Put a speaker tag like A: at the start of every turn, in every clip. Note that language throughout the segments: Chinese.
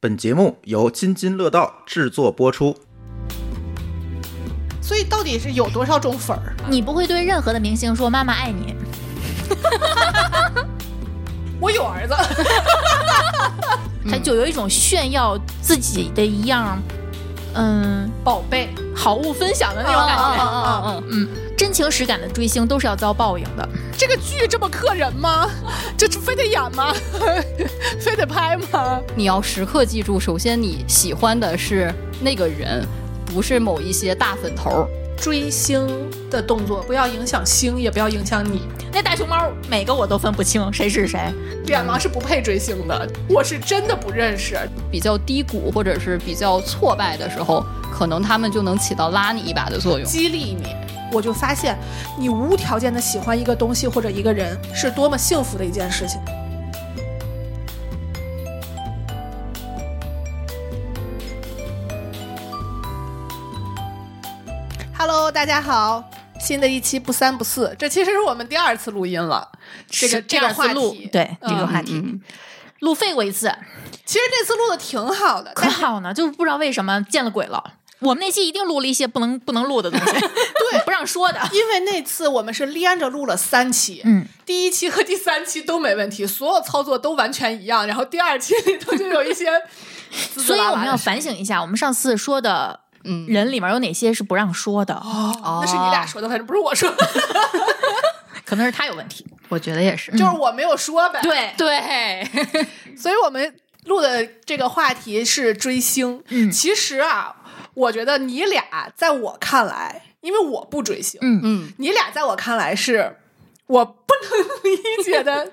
A: 本节目由津津乐道制作播出。
B: 所以到底是有多少种粉儿？
C: 你不会对任何的明星说“妈妈爱你
B: 我有儿子，”，
C: 他就有一种炫耀自己的一样，嗯，哦
B: 宝贝，
C: 好物分享的那
B: 那
C: 种
B: 种
C: 感
B: 感觉
C: 觉。嗯，真情实感的追星都是要遭报应的。
B: 这个剧这么克人吗？这这非得演吗？ 非得拍吗？
D: 你要时刻记住，首先你喜欢的是那个人，不是某一些大粉头儿。
B: 追星的动作不要影响星，也不要影响你。
C: 那大熊猫每个我都分不清谁是谁，
B: 脸盲是不配追星的，我是真的不认识。
D: 比较低谷或者是比较挫败的时候，可能他们就能起到拉你一把的作用。
B: 激励你。我就发现，你无条件的喜欢一个东西或者一个人，是多么幸福的一件事情。Hello，大家好，新的一期不三不四，这其实是我们第二次录音了。这个
C: 是
B: 这个
C: 第二
B: 话
C: 次录
B: 题，
C: 对
B: 嗯
C: 这个话题。
D: 嗯，
C: 路费过一次，
B: 其实这次录的挺好的，
C: 可
B: 但是
C: 好呢，就是不知道为什么见了鬼了。我们那期一定录了一些不能不能录的 东西，对，不让说的。
B: 因为那次我们是连着录了三期，
C: 嗯，
B: 第一期和第三期都没问题，所有操作都完全一样。然后第二期里头就有一些滋滋
C: 所以
B: 啦
C: 我
B: 啦
C: 们
B: 的
C: 要
B: 事
C: 反省一下，我们上次说的
D: 嗯
C: 人里面有哪些是不让说的？
B: 哦，那是你俩说的，反正不是我说的，
C: 嗯可能是他有问题。
D: 我觉得也是。
B: 就是我没有说 呗。，
C: 对，
D: 对，
B: 所以我们录的这个话题是追星。
C: 嗯
B: 其实啊，我觉得你俩在我看来，因为我不追星，
C: 嗯
D: 嗯，
B: 你俩在我看来是我不能理解的，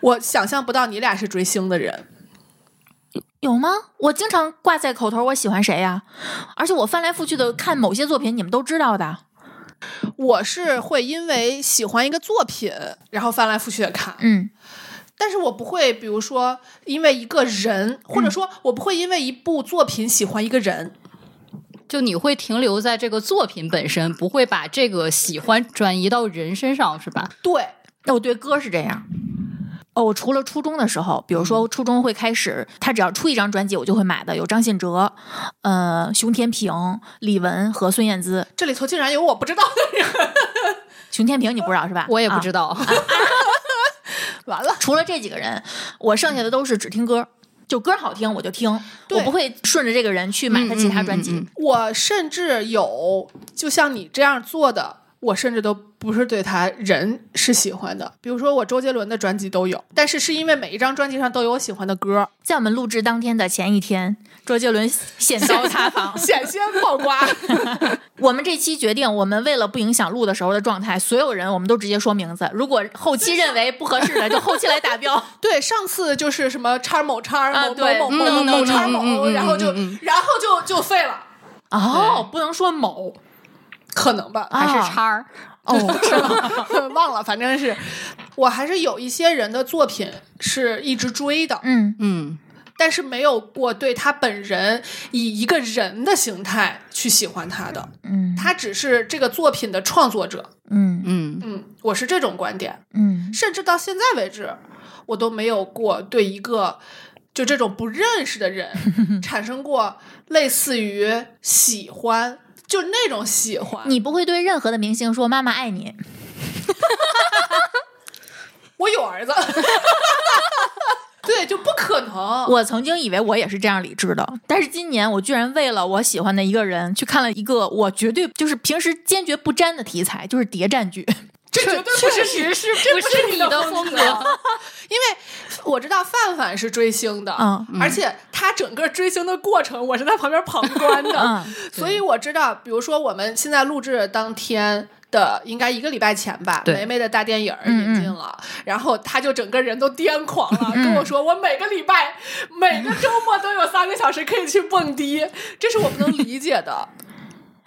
B: 我想象不到你俩是追星的人。
C: 有吗？我经常挂在口头，我喜欢谁呀、而且我翻来覆去的看某些作品，你们都知道的。
B: 我是会因为喜欢一个作品，然后翻来覆去的看，
C: 嗯
B: 但是我不会，比如说因为一个人，或者说我不会因为一部作品喜欢一个人。
D: 就你会停留在这个作品本身，不会把这个喜欢转移到人身上，是吧？
B: 对，
C: 那我对歌是这样。嗯哦，我除了初中的时候，比如说初中会开始，他只要出一张专辑，我就会买的，有张信哲、呃熊天平、李玟和孙燕姿。
B: 这里头竟然有我不知道的人，
C: 熊天平你不知道是吧？
D: 我也不
C: 啊
D: 知道。
B: 完了，
C: 除了这几个人，我剩下的都是只听歌，就歌好听我就听，
B: 对
C: 我不会顺着这个人去买他其他专辑。
D: 嗯嗯嗯
B: 我甚至有就像你这样做的。我甚至都不是对他人是喜欢的，比如说我周杰伦的专辑都有，但是是因为每一张专辑上都有我喜欢的歌，。
C: 在我们录制当天的前一天，周杰伦现遭塌房
B: 险些爆瓜。
C: 我们这期决定，我们为了不影响录的时候的状态，所有人我们都直接说名字。如果后期认为不合适的，就后期来打标。
B: 对，上次就是什么叉某叉
C: 啊
B: 某
C: 对
B: 某某
C: 嗯
B: 某
D: 嗯
B: 某
D: 嗯
B: 叉
D: 嗯嗯
B: 某，
D: 嗯
B: 然后就
D: 嗯嗯
B: 然后就就废了，
C: 哦，不能说某，
B: 可能吧，
D: 还
C: 啊
D: 是叉儿，
C: 哦，
B: 是吧？ 忘了，反正是我还是有一些人的作品是一直追的，
C: 嗯，
D: 嗯，
B: 但是没有过对他本人以一个人的形态去喜欢他的，
C: 嗯
B: 他只是这个作品的创作者。
C: 嗯
D: 嗯，
B: 嗯，我是这种观点，
C: 嗯
B: 甚至到现在为止，我都没有过对一个就这种不认识的人产生过类似于喜欢，就那种喜欢。
C: 你不会对任何的明星说“妈妈爱你
B: 我有儿子， 对，就不可”。能。
C: 我曾经以为我也是这样理智的，但是今年我居然为了我喜欢的一个人去看了一个我绝对就是平时坚决不沾的题材，就是谍战剧。
B: 这绝对不是
D: 实是
B: 这
D: 不
B: 不
D: 是
B: 是你的
D: 的
B: 风
D: 风
B: 格
D: 格？
B: 因为我知道范范是追星的，
C: 嗯
B: 而且他整个追星的过程，我是在旁边旁观的，
C: 嗯
B: 所以我知道，比如说我们现在录制当天。的应该一个礼拜前吧，
D: 对
B: 梅梅的大电影儿
C: 嗯嗯
B: 引进了，然后他就整个人都癫狂了，
C: 嗯
B: 跟我说我每个礼拜、每个周末都有三个小时可以去蹦迪，这是我不能理解的。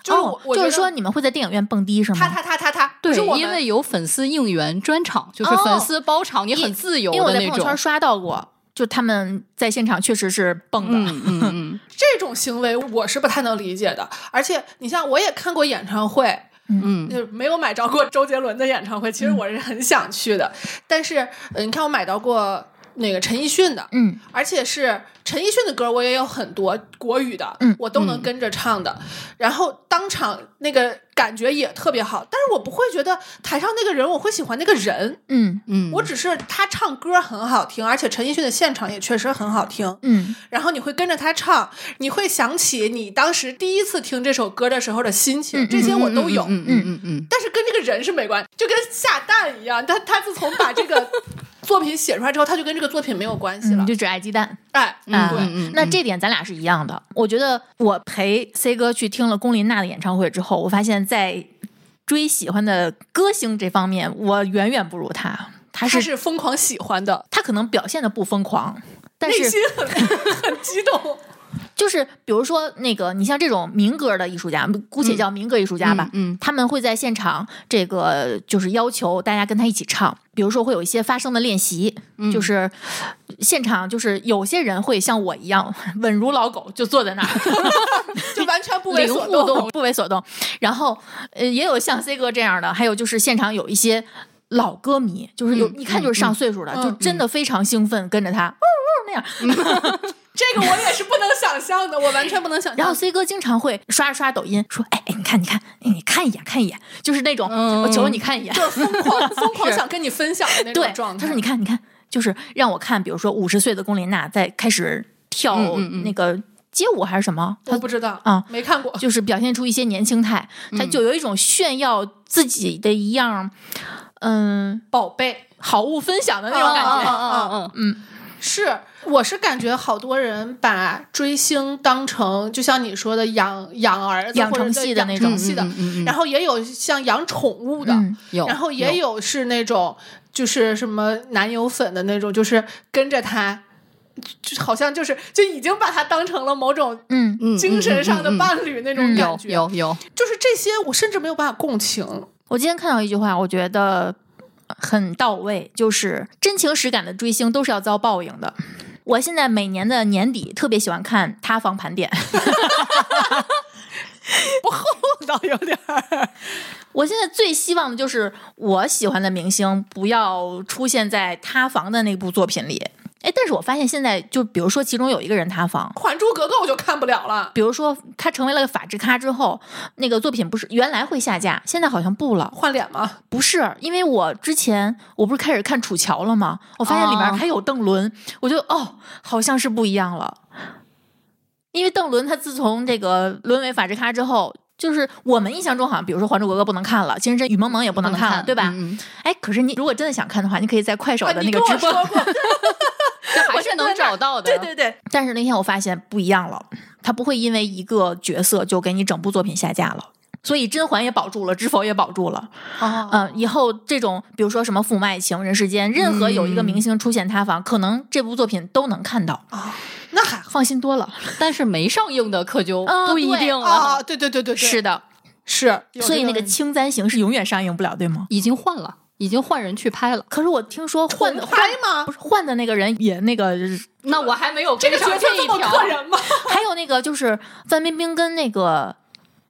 B: 就是我
C: 哦，
B: 我觉
C: 就
B: 得
C: 是说你们会在电影院蹦迪是
B: 他
C: 吗？
B: 他他他他，不
D: 对
B: 是我，们
D: 因为有粉丝应援专场，就是
C: 哦
D: 粉丝包场，你很自由
C: 因为我
D: 的
C: 在
D: 那
C: 朋友
D: 种
C: 圈。刷到过，就他们在现场确实是蹦的。
D: 嗯嗯嗯，
B: 这种行为我是不太能理解的。而且你像我也看过演唱会，
D: 嗯
B: 就是没有买着过周杰伦的演唱会，其实
C: 嗯
B: 我是很想去的。但是、呃、你看我买到过那个陈奕迅的，
C: 嗯
B: 而且是陈奕迅的歌，我也有很多国语的，
C: 嗯
B: 我都能跟着唱的。然后当场那个感觉也特别好，但是我不会觉得台上那个人我会喜欢那个人，
C: 嗯
D: 嗯，
B: 我只是他唱歌很好听，而且陈奕迅的现场也确实很好听。
C: 嗯
B: 然后你会跟着他唱，你会想起你当时第一次听这首歌的时候的心情，
C: 嗯
B: 这些我都有。
D: 嗯嗯嗯嗯
B: 但是跟这个人是没关系，就跟下蛋一样。他他自从把这 个作品写出来之后，他就跟这个作品没有关系
C: 嗯，
B: 了。
C: 你就只爱鸡蛋。
B: 哎，
C: 啊
B: 对，
D: 嗯嗯
C: 那这点咱俩是一样的。我觉得我陪 C 哥去听了龚琳娜的演唱会之后，我发现在追喜欢的歌星这方面，我远远不如他。他
B: 他
C: 是
B: 是疯狂喜欢的，
C: 他可能表现的不疯狂，但
B: 内
C: 是
B: 心很很激 动。
C: 就是比如说那个，你像这种民歌的艺术家，姑且叫民歌艺术家吧，
D: 嗯嗯嗯
C: 他们会在现场这个就是要求大家跟他一起唱，比如说会有一些发声的练习，
B: 嗯
C: 就是现场就是有些人会像我一样 稳如老狗，就坐 在那儿
B: 就完全不为
C: 零
B: 所
C: 互
B: 动。
C: 动，不为所动。然后呃，也有像 C 哥这样的，还有就是现场有一些。老歌迷就是有、
D: 嗯
C: 一看就是上岁数的，
B: 嗯
C: 就真的非常兴奋，跟着他、
B: 这个我也是不能想象的，我完全不能想
C: 然后
D: 嗯
B: 象。
C: C 哥经常会刷着刷抖音，说：“哎哎，你看你看，哎你看一眼看一眼，就是那种、
D: 嗯
C: 我求求你看一眼。
B: 就是疯狂疯狂想跟你分享的 那
C: 对
B: 种，状态。
C: 他说：“你看你看，就是让我看，比如说五十岁的龚琳娜在开始跳
D: 嗯嗯嗯
C: 那个街舞还是什么，
B: 我
C: 她
B: 不知道
C: 啊
B: 没看过。
C: 就是表现出一些年轻态，她
D: 嗯
C: 就有一种炫耀自己的一样，嗯，
B: 宝贝
C: 好物分享的那种
D: 嗯
C: 感觉。
D: 嗯嗯嗯嗯，
B: 是，我是感觉好多人把追星当成就像你说的养养儿子
C: 养
B: 或者
C: 成
B: 叫
C: 系的
B: 养
C: 那
B: 成
C: 种
B: 系的，然后也有像养宠物的，
C: 嗯
D: 有，
B: 然后也有是那种就是什么男友粉的那种，就是跟着他，就好像就是就已经把他当成了某种
C: 嗯
D: 嗯
B: 精神上的
D: 嗯嗯嗯
B: 伴侣那种
D: 嗯
B: 感
D: 有
B: 觉，
D: 有有，
B: 就是这些我甚至没有办法共情。
C: 我今天看到一句话，我觉得呃很到位，就是真情实感的追星都是要遭报应的。我现在每年的年底特别喜欢看塌房盘点，
B: 碰到有点儿，
C: 我现在最希望的就是我喜欢的明星不要出现在塌房的那部作品里。哎，但是我发现现在就比如说其中有一个人塌房，
B: 《还珠格格》我就看不了了。
C: 比如说他成为了个法制咖之后，那个作品不是原来会下架，现在好像不了。
B: 换脸吗？
C: 不是，因为我之前我不是开始看《楚乔》了吗？我发现里面
D: 哦
C: 还有邓伦，我就哦，好像是不一样了。因为邓伦他自从这个沦为法制咖之后，就是我们印象中好像，比如说《还珠格格》不能看了，《情深深雨蒙蒙》也不能
D: 能
C: 看了，
D: 看
C: 对吧？
D: 嗯嗯
C: 哎，可是你如果真的想看的话，你可以在快手
B: 啊，
C: 的
B: 你
C: 那个
B: 跟我
C: 直播。
B: 说过，
D: 这还 是能找到的。
C: 对对对，但是那天我发现不一样了，他不会因为一个角色就给你整部作品下架了，所以甄嬛也保住了，知否也保住了。
B: 哦
C: 嗯，以后这种比如说什么《父母爱情》《人世间》，任何有一个明星出现塌房，可能这部作品都能看到，
B: 那还好
C: 放心多了。
D: 但是没上映的可就
C: 啊
D: 不一
C: 对
D: 定了，
B: 啊！对对对对对，
C: 是的，
B: 是，有
C: 所以
B: 这
C: 那个
B: 问题
C: 清簪型是永远上映不了，对吗？
D: 已经换了。已经换人去拍了。
C: 可是我听说换的
B: 重
C: 换
B: 拍吗
C: 不是换的那个人也那个，
D: 那我还没有跟上这一条。
B: 人吗？
C: 还有那个就是范冰冰跟那个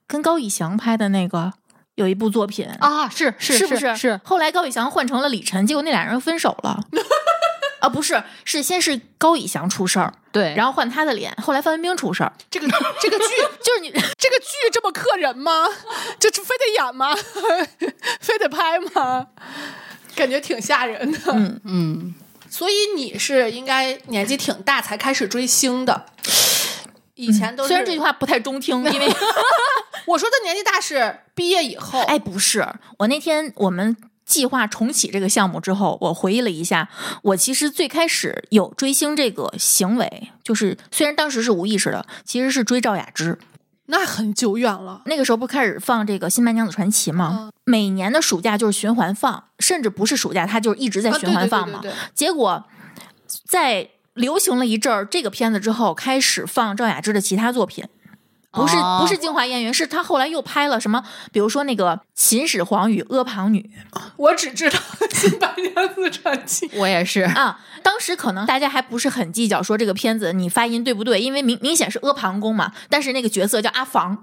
C: 跟高以翔拍的那个有一部作品，
D: 啊，是是
C: 是不
D: 是是
C: 后来高以翔换成了李晨，结果那俩人分手了。啊，不是，是先是高以翔出事儿，
D: 对，
C: 然后换他的脸，后来范冰冰出事儿，
B: 这个 这个剧
C: 就是你
B: 这个剧这么克人吗？这这非得演吗？ 非得拍吗？感觉挺吓人的。
C: 嗯
D: 嗯，
B: 所以你是应该年纪挺大才开始追星的，以前都
C: 嗯
B: 是、
C: 虽然这句话不太中听，因为
B: 我说的年纪大是毕业以后，
C: 哎，不是，我那天我们计划重启这个项目之后，我回忆了一下，我其实最开始有追星这个行为，就是虽然当时是无意识的，其实是追赵雅芝。
B: 那很久远了。
C: 那个时候不开始放这个《新白娘子传奇》吗？每年的暑假就是循环放，甚至不是暑假，它就是一直在
B: 啊
C: 循环放嘛。
B: 对对对对对
C: 结果在流行了一阵儿这个片子之后，开始放赵雅芝的其他作品。不是、
D: 哦
C: 不是《京华烟云》，是她后来又拍了什么？比如说那个《秦始皇与阿房女
B: 我只知道《新白娘子传 奇》，
D: 嗯我也是》
C: 啊，当时可能大家还不是很计较说这个片子你发音对不对，因为明明显是阿房宫嘛，但是那个角色叫阿房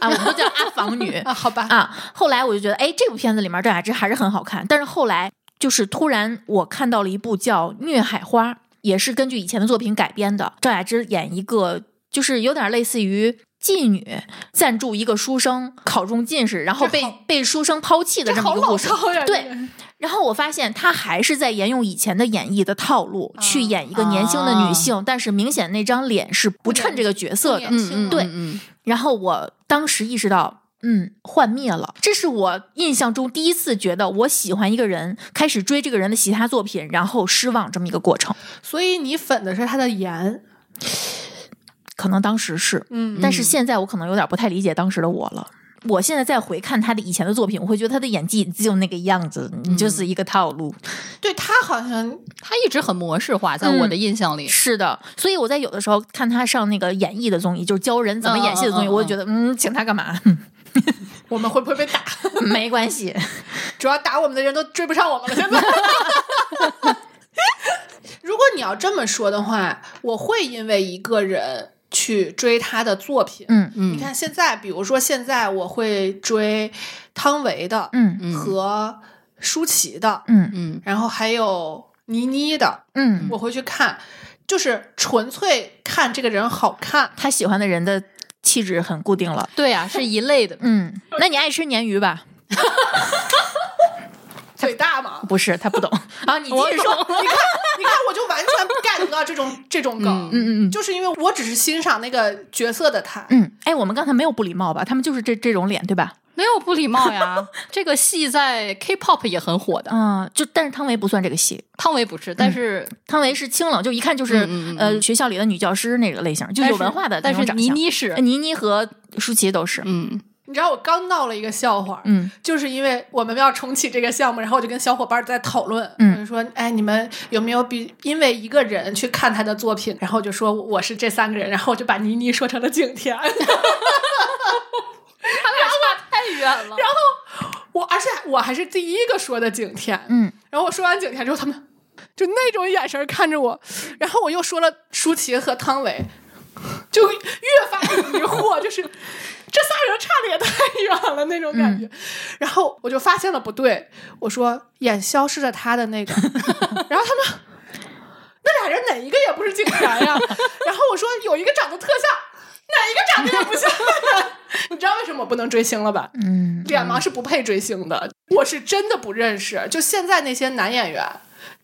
C: 啊，我们都叫阿房女
B: 啊，好吧，
C: 啊。后来我就觉得，哎，这部片子里面赵雅芝还是很好看。但是后来就是突然我看到了一部叫《虐海花》，也是根据以前的作品改编的。赵雅芝演一个就是有点类似于。妓女赞助一个书生考中进士，然后
B: 这
C: 被
B: 好
C: 被书生抛弃的
B: 这
C: 这么
B: 好
C: 一个故
B: 老
C: 事。
B: 套呀！
C: 对
B: 这个
C: 然后我发现她还是在沿用以前的演绎的套路、
B: 啊
C: 去演一个年轻的女性，但是明显那张脸是不衬这个角色
B: 不
C: 的
B: 年。啊
D: 嗯嗯
C: 哦对
D: 嗯
C: 然后我当时意识到，嗯，幻灭了。这是我印象中第一次觉得我喜欢一个人，开始追这个人的其他作品，然后失望这么一个过程。
B: 所以你粉的是他的颜，
C: 可能当时是，
B: 嗯
C: 但是现在我可能有点不太理解当时的我了。我现在再回看他的以前的作品，我会觉得他的演技就那个样子，你就是
D: 嗯
C: 一个套路。
B: 对他好像
D: 他一直很模式化，在
C: 嗯
D: 我的印象里，
C: 是的，所以我在有的时候看他上那个演绎的综艺，就是教人怎么演戏的综艺，
D: 嗯嗯嗯嗯
C: 我就觉得嗯，请他干嘛？
B: 我们会不会被打？
C: 没关系，
B: 主要打我们的人都追不上我们了，现在。 如果你要这么说的话，我会因为一个人去追他的作品。
C: 嗯
D: 嗯，
B: 你看现在，比如说现在我会追汤唯的，
C: 嗯
D: 嗯
B: 和舒淇的，
C: 嗯
D: 嗯
B: 然后还有倪妮的，
C: 嗯，
B: 我会去看，就是纯粹看这个人好看。
C: 他喜欢的人的气质很固定了。
D: 对啊，是一类的。
C: 嗯，那你爱吃鲶鱼吧？
B: 嘴大嘛，
C: 不是，他不懂。啊，你继
B: 我
C: 续说。
B: 懂你 看，你看，我就完全不 get 到这种 这种梗，
C: 嗯嗯嗯
B: 就是因为我只是欣赏那个角色的他，
C: 嗯，哎，我们刚才没有不礼貌吧？他们就是这这种脸，对吧？
D: 没有不礼貌呀，这个戏在 K-pop 也很火的。
C: 嗯，就但是汤唯不算这个戏，
D: 汤唯不是，但是
C: 汤唯是清冷，就一看就是、
D: 嗯嗯嗯
C: 呃学校里的女教师那个类型，就有文化的那
D: 但
C: 种
D: 是
C: 长
D: 倪
C: 相。
D: 妮是
C: 呃，倪妮和舒淇都是。
D: 嗯，
B: 你知道我刚闹了一个笑话，
C: 嗯
B: 就是因为我们要重启这个项目，然后我就跟小伙伴在讨论，
C: 嗯
B: 我就说，哎，你们有没有比因为一个人去看他的作品？然后我就说我是这三个人，然后我就把倪妮说成了景 甜，
D: 他俩差太远了。
B: 我而且我还是第一个说的景甜，
C: 嗯，
B: 然后我说完景甜之后，他们就那种眼神看着我，然后我又说了舒淇和汤唯，就越发疑惑， 就是这仨人差的也太远了那种感觉。
C: 嗯
B: 然后我就发现了不对，我说眼消失着他的那 个，然后他们那俩人哪一个也不是景甜呀、 然后我说有一个长得特像。哪一个长得也不像， 你知道为什么我不能追星了吧？
C: 嗯，
B: 脸盲是不配追星的，我是真的不认识。就现在那些男演员，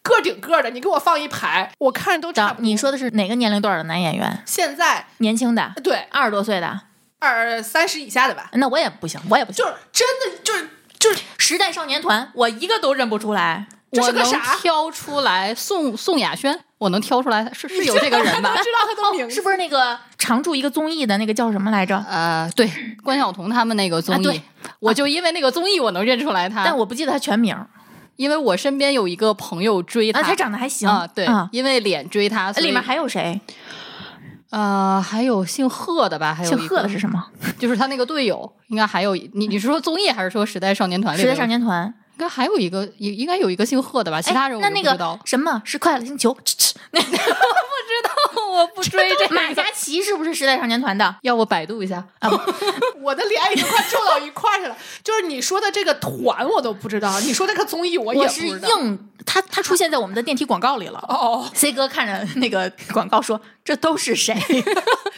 B: 个顶个的，你给我放一排，我看着都差
C: 长
B: 不多。
C: 你说的是哪个年龄段的男演员？
B: 现在
C: 年轻的，
B: 对
C: 二十多岁的，
B: 二三十以下的吧，
C: 那我也不行，我也不行。
B: 就是真的就是就是
C: 时代少年团，我一个都认不出来。
B: 这是
D: 我
B: 个
D: 能
B: 啥
D: 挑出来宋宋亚轩，我能挑出来是是有这个人吧
B: 能？知道他的名字
C: 哦是不是那个常驻一个综艺的那个叫什么来着？
D: 呃，对，关晓彤他们那个综
C: 啊
D: 艺
C: 对，
D: 我就因为那个综艺我能认出来他，
C: 但我不记得他全名儿
D: 因为我身边有一个朋友追
C: 啊，
D: 他，
C: 他长得还行
D: 啊，对
C: 啊，，
D: 因为脸追他，所以
C: 里面还有谁？
D: 呃还有姓贺的吧，还有
C: 姓
D: 一
C: 贺
D: 个
C: 的是什么？
D: 就是他那个队友，应该还有你你是说综艺还是说时代少年团里
C: 时
D: 的？
C: 代少年团哎
D: 应该还有一个，也应该有一个姓贺的吧？其他人我
C: 那
D: 就
C: 那
D: 不知道
C: 个。什么是快乐星球？嗤嗤 那个
D: 我不追这
C: 马嘉祺是不是时代少年团的？
D: 要不百度一下？
C: 啊
B: 我的脸已经快皱到一块儿去了。就是你说的这个团我都不知道，你说这个综艺我也
C: 我
B: 不
C: 是
B: 知道。
C: 硬，他他出现在我们的电梯广告里了。
B: 哦，
C: C 哥看着那个广告说：“这都是谁？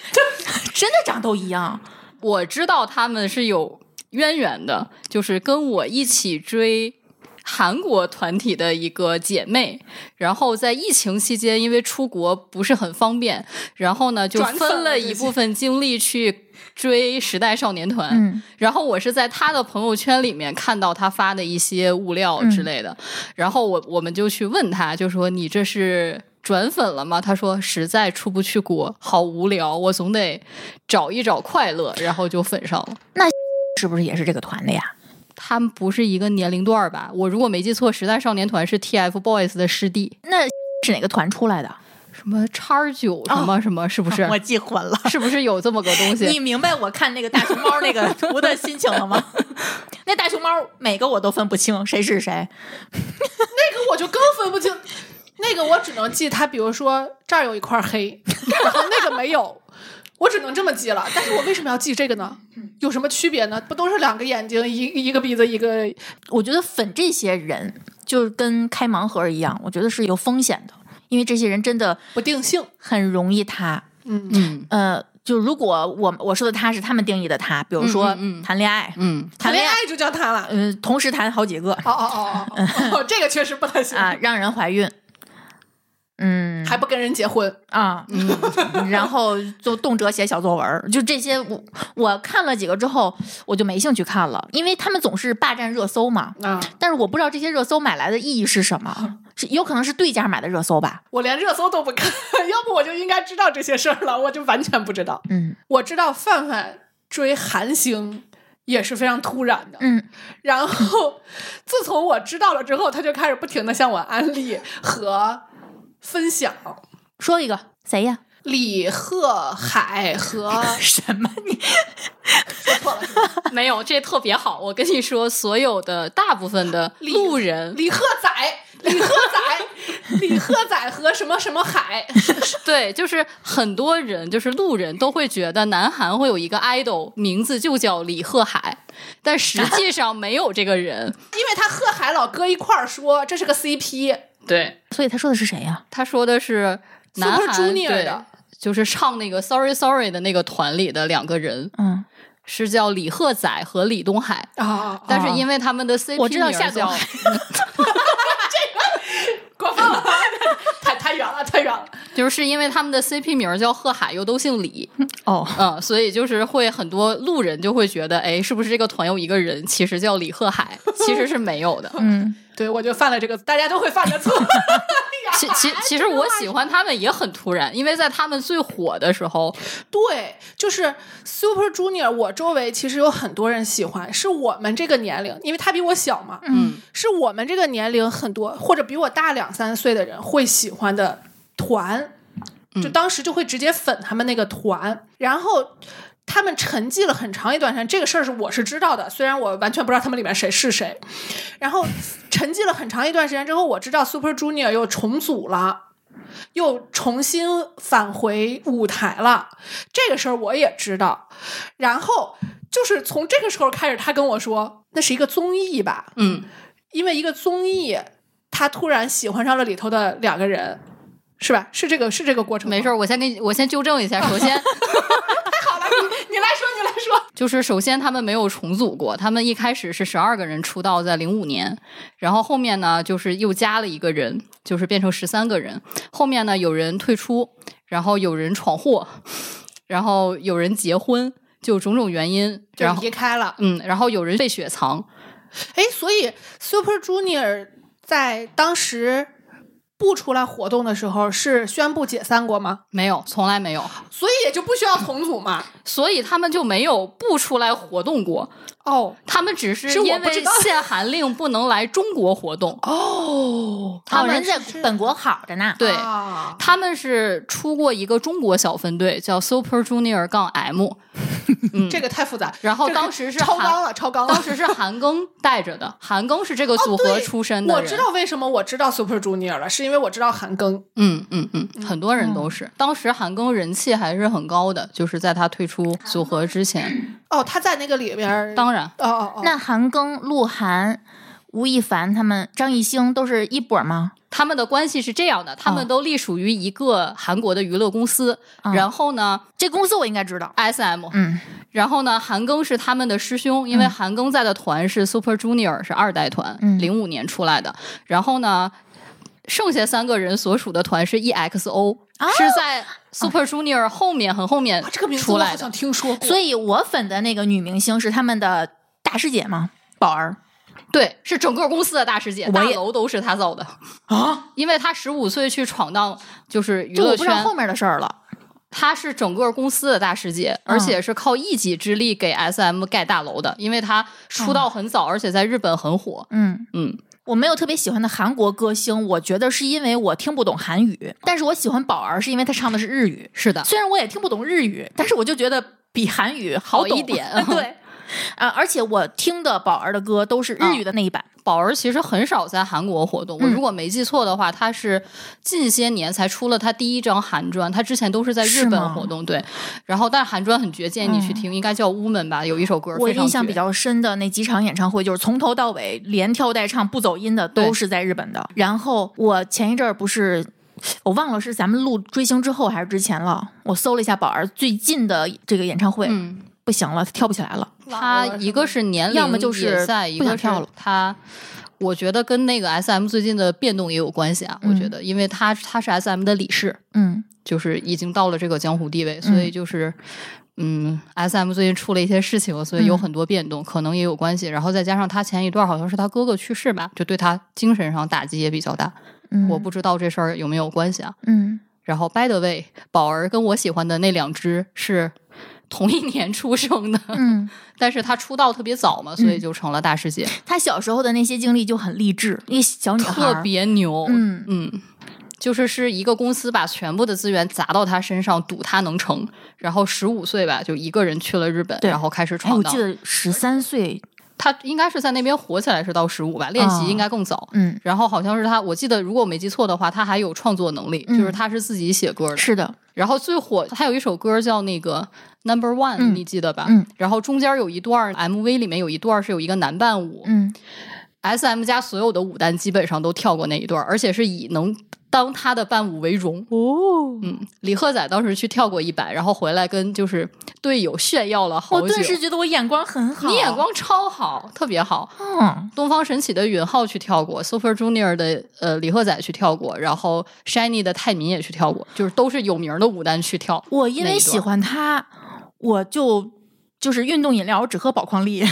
C: 真的长都一样。
D: 我知道他们是有渊源的，就是跟我一起追韩国团体的一个姐妹，然后在疫情期间，因为出国不是很方便，然后呢就
B: 转粉
D: 分
B: 了
D: 了
B: 自己
D: 一部分精力去追时代少年团。
C: 嗯
D: 然后我是在她的朋友圈里面看到她发的一些物料之类的，然后我我们就去问她，就说你这是。转粉了吗？她说实在出不去国，好无聊，我总得找一找快乐，然后就粉上了。”
C: 是不是也是这个团的呀？
D: 他们不是一个年龄段儿吧？我如果没记错，时代少年团是 TFBOYS 的师弟，
C: 那是哪个团出来的？
D: 什么叉九什么什么，是不是？
C: 我记混了。
D: 是不是有这么个东
C: 你
D: 西？
C: 明白我看那个大熊猫那个图的心情 了吗？那大熊猫每个我都分不清谁是谁。
B: 那个我就更分不清，那个我只能记它，比如说这儿有一块黑， 然后那个没有。我只能这么记了，但是我为什么要记这个呢？有什么区别呢？不都是两个眼睛，一一个鼻子，一个
C: 我觉得粉这些人就跟开盲盒一样，我觉得是有风险的，因为这些人真的
B: 不定性。
C: 很容易塌。
B: 嗯，
D: 嗯
C: 呃，就如果我我说的他是他们定义的他，比如说
D: 嗯嗯嗯
C: 谈恋爱，
D: 嗯，
C: 谈
B: 谈恋
C: 恋 爱，
B: 爱就叫他了。
C: 嗯、同时谈好几个
B: 哦哦哦哦哦，这个确实不太行，
C: 啊，让人怀孕。嗯
B: 还不跟人结婚。
C: 啊，然后就动辄写小作文儿，就这些我我看了几个之后，我就没兴趣看了，因为他们总是霸占热搜嘛。
B: 啊，
C: 但是我不知道这些热搜买来的意义是什 么，是有可能是对家买的热搜吧？
B: 我连热搜都不看， 要不我就应该知道这些事儿了，我就完全不知道。
C: 嗯
B: 我知道范范追韩星也是非常突然的，
C: 嗯，
B: 然后自从我知道了之后，他就开始不停的向我安利和分享
C: 说一个谁呀？
B: 李贺海和
C: 什么你？
D: 没有，这特别好。我跟你说，所有的大部分 的路人，
B: 李贺仔、李贺仔、李贺仔和什么什么海，
D: 对，就是很多人，就是路人都会觉得南韩会有一个 idol 名字就叫李赫海，但实际上没有这 个人。
B: 因为他贺海老搁一块儿说这是个 CP，
D: 对，
C: 所以他说的是谁呀？
D: 他说的是南
B: Super
D: 韩
B: Junior
D: 对
B: 的
D: 就是唱那个 Sorry Sorry 的那个团里的两个人，
C: 嗯，
D: 是叫李赫宰和李东海，
B: 啊，
D: 但是因为他们的 CP
C: 哦我知道
D: 名儿
C: 夏
D: 叫
C: 东海
B: 过分了， 太太远了，太远了。
D: 就是因为他们的 CP 名儿叫贺海，又都姓李，
C: 哦，
D: 嗯，所以就是会很多路人就会觉得，哎，是不是这个团有一个人其实叫李贺海，其实是没有的。
C: 嗯，
B: 对，我就犯了这个，大家都会犯的错。 哎
D: 其其其实我喜欢他们也很突然，因为在他们最火的时候，
B: 对，就是 Super Junior，我周围其实有很多人喜欢，是我们这个年龄，因为他比我小嘛，
D: 嗯，
B: 是我们这个年龄很多或者比我大两三岁的人会喜欢的团，就当时就会直接粉他们那个团，然后。他们沉寂了很长一段时间，这个事儿是我是知道的，虽然我完全不知道他们里面谁是谁。然后沉寂了很长一段时间之后，我知道 Super Junior 又重组了，又重新返回舞台了。这个事儿我也知道。然后就是从这个时候开始，他跟我说那是一个综艺吧，
D: 嗯，
B: 因为一个综艺，他突然喜欢上了里头的两个人，是吧？是这个是这个过程吗。
D: 没事儿，我先给你，我先纠正一下， 首先。
B: 好了，你你来说，你来说。
D: 就是首先他们没有重组过，他们一开始是十二个人出道，在零五年，然后后面呢就是又加了一个人，就是变成十三个人。后面呢有人退出，然后有人闯祸，然后有人结婚，就种种原因，然
B: 就
D: 后
B: 离开了。
D: 嗯，然后有人被雪藏，
B: 哎，所以 Super Junior 在当时不出来活动的时候是宣布解散过吗？
D: 没有，从来没有，
B: 所以也就不需要重组嘛。
D: 所以他们就没有不出来活动过，
B: 哦
D: 他们只是
B: 是我
D: 因
B: 不知
D: 为
B: 道
D: 限韩令不能来中国活动，
B: 哦，
C: 他
D: 他
C: 们
D: 们
C: 在本国好着呢。
D: 对。
B: 啊
D: 他们是出过一个中国小分队，叫 Super Junior 杠 M，
B: 这个太复杂。
D: 然后
B: 嗯这个
D: 当时是
B: 超
D: 韩
B: 纲了，超纲了
D: 当。时是韩庚带着的，韩庚是这个组
B: 哦
D: 合
B: 对
D: 出身的、
B: 我知，道为什么我知道 Super Junior 了，是因为我知道韩庚。
D: 嗯嗯嗯，很多人都是。当时韩庚人气还是很高的，就是在他退出组合之前。
B: 哦，他在那个里边儿，
D: 当然，
B: 哦哦哦，
C: 那韩庚、鹿晗、吴亦凡他们，张艺兴都是一波吗？
D: 他们的关系是这样的，他
B: 嗯
D: 们都隶属于一个韩国的娱乐公司，
C: 嗯
D: 然后呢
C: 这公司我应该知道。
D: ，S M，
C: 嗯
D: 然后呢，韩庚是他们的师兄，因为韩庚在的团是 Super Junior，是二代团，
C: 嗯
D: 零五、年出来的。然后呢，剩下三个人所属的团是 EXO，、是
C: 啊
D: 在 Super Junior 后面、很后面
B: 啊这个名字
D: 出
B: 我
D: 来
B: 好
D: 的
B: 像。听说过。
C: 所以我粉的那个女明星是他们的大师姐吗？宝儿。
D: 对，是整个公司的大师姐，
C: 我
D: 大
C: 也
D: 楼都是他造的。
B: 啊，
D: 因为他十五岁去闯荡就是娱
C: 这
D: 乐
C: 我不知道
D: 圈，
C: 后面的事儿了。
D: 他是整个公司的大师姐，
C: 啊
D: 而且是靠一己之力给 S M 盖大楼的。因为他出
C: 啊
D: 道很早，而且在日本很火。
C: 嗯，
D: 嗯，
C: 我没有特别喜欢的韩国歌星，我觉得是因为我听不懂韩语，但是我喜欢宝儿是因为她唱的是日语。
D: 是的，
C: 虽然我也听不懂日语，但是我就觉得比韩语好哦
D: 好
C: 懂
D: 一点
C: 对，啊，而且我听的宝儿的歌都是日语的那一版。
D: 宝儿其实很少在韩国活动，我
C: 嗯
D: 如果没记错的话，她是近些年才出了她第一张韩专，她之前都是在日
C: 是吗嗯
D: 本活动，对。然后，但是韩专很绝，建议你去听，应该叫《Woman》吧，有一首歌
C: 我
D: 非常
C: 印象
D: 绝
C: 比较深的那几场演唱会，就是从头到尾连跳带唱不走音的，
D: 对
C: 都是在日本的。然后我前一阵儿不是。我忘了是咱们录追星之后还是之前了。我搜了一下宝儿最近的这个演唱会，
D: 嗯，
C: 不行了，跳不起来了。
D: 她一个是年龄
C: 要么就是
D: 也在，一
C: 不想
D: 个是
C: 跳了
D: 她。我觉得跟那个 S M 最近的变动也有关系啊，我觉得，因为她她是 S M 的理事，
C: 嗯，
D: 就是已经到了这个江湖地位，所以就是。嗯，S M 最近出了一些事情，所以有
C: 嗯
D: 很多变动，可能也有关系。然后再加上他前一段好像是他哥哥去世吧，就对他精神上打击也比较大。
C: 嗯
D: 我不知道这事儿有没有关系啊。
C: 嗯，
D: 然后 by the way，宝儿跟我喜欢的那两只是同一年出生的，
C: 嗯，
D: 但是她出道特别早嘛，所以就成了大师姐，
C: 她小时候的那些经历就很励志，一个小女孩儿
D: 特别牛。
C: 嗯
D: 嗯，就是是一个公司把全部的资源砸到他身上，赌他能成。然后十五岁吧，就一个人去了日本，
C: 对
D: 然后开始
C: 哎，
D: 闯
C: 我
D: 荡
C: 记。得十三岁，
D: 他应该是在那边火起来是到十五吧，练习应该更早。
C: 嗯，
D: 然后好像是他，我记得如果我没记错的话，他还有创作能力，
C: 嗯
D: 就是他是自己写歌的。
C: 是的，
D: 然后最火，他有一首歌叫那个 Number One，、
C: 嗯
D: 你记得吧？
C: 嗯
D: 然后中间有一段 MV 里面有一段是有一个男伴舞，
C: 嗯
D: S M 家所有的舞担基本上都跳过那一段，而且是以能当他的伴舞为荣。哦，嗯，李赫宰当时去跳过一版，然后回来跟就是队友炫耀了好
C: 我
D: 久。
C: 顿时觉得我眼光很好，
D: 你眼，光超哦好，特别好。
C: 嗯
D: 东方神起的允浩去跳过，Super Junior 的呃李赫宰去跳过，然后 Shiny 的泰民也去跳过，就是都是有名的舞担去跳。
C: 我因
D: 那
C: 为
D: 一段
C: 喜欢她，我就就是运动饮料，我只喝宝矿力，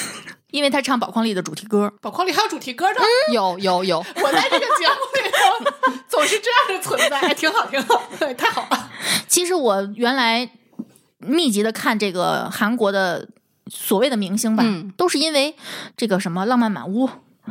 C: 因为她唱宝矿力的主题歌。
B: 宝矿力还有主题歌呢。
D: 有有有，
B: 我在这个节目里头总是这样的存 在，哎，挺好，挺好，哎太好了。
C: 其实我原来密集的看这个韩国的所谓的明星吧，
D: 嗯
C: 都是因为这个什么《浪漫满屋》，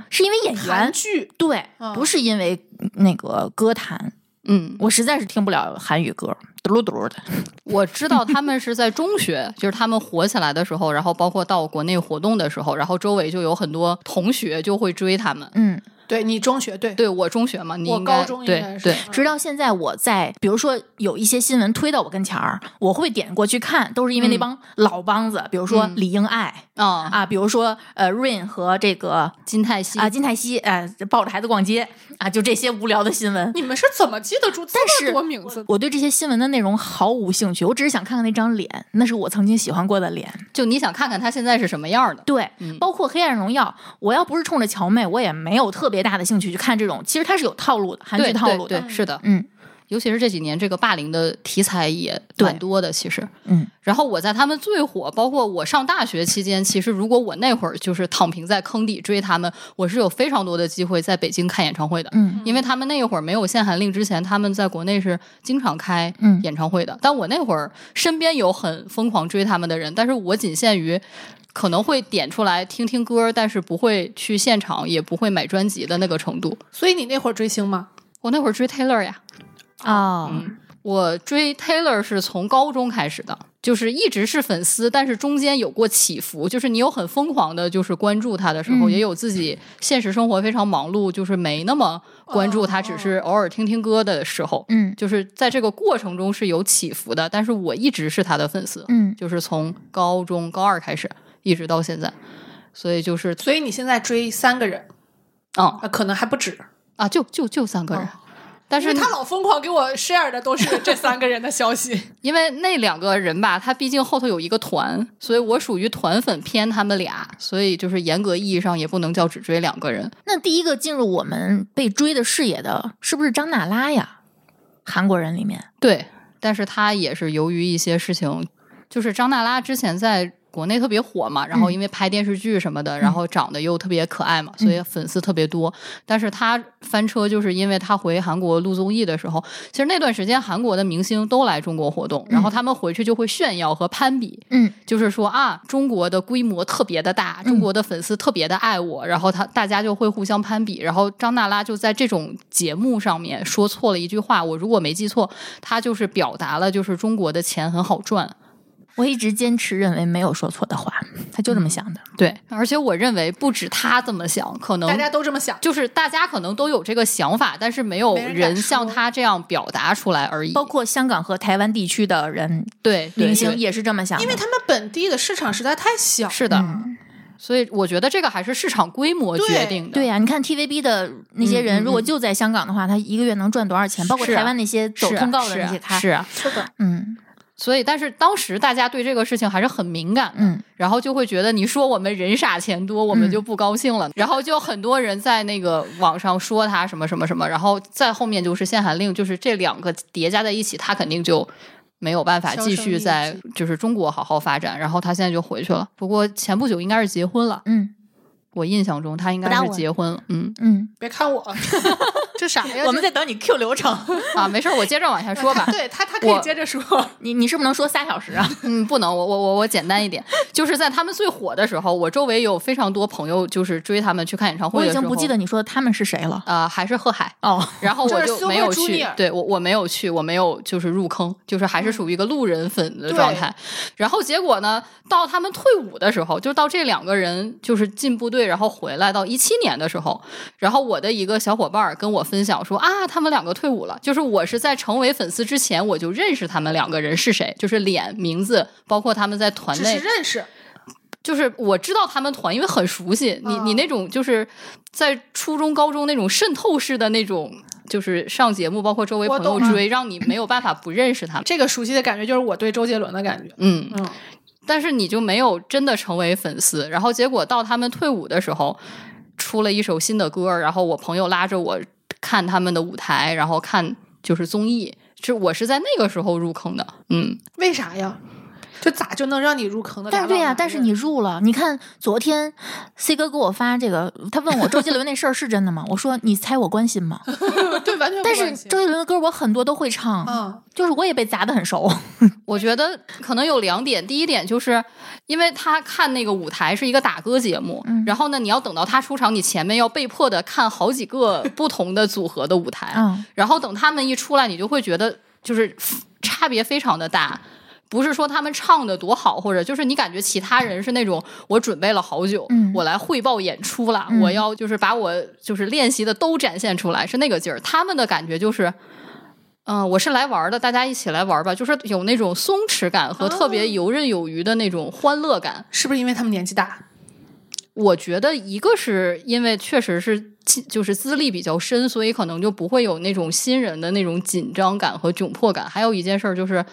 C: 是因为演员
B: 韩剧
C: 对，
D: 哦
B: 嗯
C: 不是因为那个歌坛，
D: 嗯，
C: 我实在是听不了韩语歌，嘟噜嘟噜的。
D: 我知道他们是在中学， 就是他们火起来的时候，然后包括到国内活动的时候，然后周围就有很多同学就会追他们。
C: 嗯，
B: 对你中学对，
D: 对我中学嘛，你
B: 我
D: 应该
B: 高中应该
D: 对
B: 是
D: 对，
C: 直到现在，我在比如说有一些新闻推到我跟前儿，我会点过去看，都是因为那帮老帮子，比如说
D: 嗯
C: 李英爱、
D: 啊、
C: 啊，比如说呃 Rain 和这个
D: 金泰熙
C: 啊金泰熙，哎、抱着孩子逛街啊，就这些无聊的新闻。
B: 你们是怎么记得住这
C: 但
B: 么
C: 是
B: 多名字的？
C: 我对这些新闻的内容毫无兴趣，我只是想看看那张脸，那是我曾经喜欢过的脸。
D: 就你想看看他现在是什么样的？
C: 对，
D: 嗯
C: 包括《黑暗荣耀》，我要不是冲着乔妹，我也没有特别大的兴趣去看这种。其实它是有套路的，韩剧
D: 对
C: 套路
D: 对
C: 的。
D: 对，是的，
C: 嗯
D: 尤其是这几年这个霸凌的题材也
C: 对
D: 蛮多的，其实。
C: 嗯，
D: 然后我在他们最火，包括我上大学期间，其实如果我那会儿就是躺平在坑底追他们，我是有非常多的机会在北京看演唱会的。
C: 嗯，
D: 因为他们那会儿没有限韩令之前，他们在国内是经常开
C: 嗯
D: 演唱会的。但我那会儿身边有很疯狂追他们的人，但是我仅限于。可能会点出来听听歌，但是不会去现场，也不会买专辑的那个程度。
B: 所以你那会儿追星吗？
D: 我那会儿追 Taylor 呀，
C: 哦，
D: 我追 Taylor 是从高中开始的，就是一直是粉丝，但是中间有过起伏，就是你有很疯狂的，就是关注他的时候，
C: 嗯
D: 也有自己现实生活非常忙碌，就是没那么关注他，
B: 哦
D: 只是偶尔听听歌的时候，
C: 嗯
D: 就是在这个过程中是有起伏的。但是我一直是他的粉丝，
C: 嗯，
D: 就是从高中高二开始一直到现在，所以就是
B: 所以你现在追三个人
D: 啊
B: 啊，可能还不止，
D: 啊，就就就三个人。但
B: 哦因
D: 是
B: 为他老疯狂给我 share 的都是这三个人的消息。
D: 因为那两个人吧，他毕竟后头有一个团，所以我属于团粉偏他们俩，所以就是严格意义上也不能叫只追两个人。
C: 那第一个进入我们被追的视野的是不是张娜拉呀？韩国人里面，
D: 对，但是他也是由于一些事情，就是张娜拉之前在国内特别火嘛，然后因为拍电视剧什么的，然后长得又特别可爱嘛，所以粉丝特别多。但是他翻车，就是因为他回韩国录综艺的时候，其实那段时间韩国的明星都来中国活动，然后他们回去就会炫耀和攀比，
C: 嗯
D: 就是说啊，中国的规模特别的大，中国的粉丝特别的爱我，然后他大家就会互相攀比，然后张娜拉就在这种节目上面说错了一句话，我如果没记错，她就是表达了就是中国的钱很好赚，
C: 我一直坚持认为没有说错的话，他就这么想的。
D: 对，而且我认为不止她这么想，可能
B: 大家都这么想，
D: 就是大家可能都有这个想法，但是没有
B: 没人敢
D: 人像
B: 说
D: 她这样表达出来而已。
C: 包括香港和台湾地区的人
D: 对对
C: 明星
D: 对
C: 也是这么想的，
B: 因为他们本地的市场实在太小。
D: 是的，所以我觉得这个还是市场规模
B: 对
D: 决定的。
C: 对呀、你看 TVB 的那些人，如果就在香港的话，他一个月能赚多少钱？包括
D: 是啊
C: 台湾那些走
D: 是啊
C: 通告的
D: 是
C: 那
D: 啊
C: 些咖，
D: 是啊，
C: 嗯
D: 所以，但是当时大家对这个事情还是很敏感的，
C: 嗯
D: 然后就会觉得你说我们人傻钱多，我们就不高兴了，然后就很多人在那个网上说他什么什么什么，然后再后面就是限韩令，就是这两个叠加在一起，他肯定就。没有办法继续在
B: 销声
D: 就是中国好好发展，然后他现在就回去了。不过前不久应该是结婚了，
C: 嗯
D: 我印象中他应该
C: 不搭
D: 是
C: 我
D: 结婚了。嗯
C: 嗯，
B: 别看我，这啥呀？
C: 我们在等你 Q 流程，
D: 啊，没事儿，我接着往下
B: 这。
D: 说吧
B: 对他，他可以
D: 我
B: 接着说。
C: 你你是不是能说仨小时啊？
D: 嗯，不能，我我我我简单一点，就是在他们最火的时候，我周围有非常多朋友就是追他们去看演唱
C: 我
D: 会
C: 已
D: 的时
C: 经
D: 候，
C: 不记得你说他们是谁了。
D: 啊、还是贺海，
C: 哦，
D: 然后我
B: 就是
D: 就没有
B: Super
D: 去
B: Junior，
D: 对我我没有去，我没有就是入坑，就是还
B: 嗯
D: 是属于一个路人粉的状态。然后结果呢，到他们退伍的时候，就到这两个人就是进部队，然后回来到一七年的时候，然后我的一个小伙伴儿跟我分享说啊，他们两个退伍了。就是我是在成为粉丝之前，我就认识他们两个人是谁，就是脸、名字，包括他们在团
B: 只
D: 内
B: 是认识，
D: 就是我知道他们团，因为很熟悉。你
B: 哦
D: 你那种就是在初中、高中那种渗透式的那种，就是上节目，包括周围
B: 我
D: 朋友
B: 懂了
D: 追，让你没有办法不认识他们。
B: 这个熟悉的感觉就是我对周杰伦的感觉。
D: 嗯，
B: 嗯，
D: 但是你就没有真的成为粉丝。然后结果到他们退伍的时候，出了一首新的歌，然后我朋友拉着我看他们的舞台，然后看就是综艺。是我是在那个时候入坑的，嗯，
B: 为啥呀？这咋就能让你入坑的？
C: 但是对呀、
B: 呀、
C: 但是你入了，你看昨天 C 哥给我发这个，他问我周杰伦那事儿是真的吗？我 说你猜我关心吗？
B: 对完全
C: 但
B: 不关
C: 是
B: 心
C: 周杰伦的歌我很多都会唱，
B: 嗯，
C: 就是我也被砸得很熟。
D: 我觉得可能有两点，第一点就是，因为他看那个舞台是一个打歌节目，然后呢，你要等到他出场，你前面要被迫的看好几个不同的组合的 舞台，
C: 嗯
D: 然后等他们一出来，你就会觉得就是差别非常的大。不是说他们唱的多好，或者就是你感觉其他人是那种我准备了好久，
C: 嗯
D: 我来汇报演出了，我要就是把我就是练习的都展现出来，是那个劲儿。他们的感觉就是，嗯、我是来玩儿的，大家一起来玩儿吧，就是有那种松弛感和特别游刃有余的那种欢乐感。
B: 是不是因为他们年纪大？
D: 我觉得一个是因为确实是进就是资历比较深，所以可能就不会有那种新人的那种紧张感和窘迫感。还有一件事儿就是，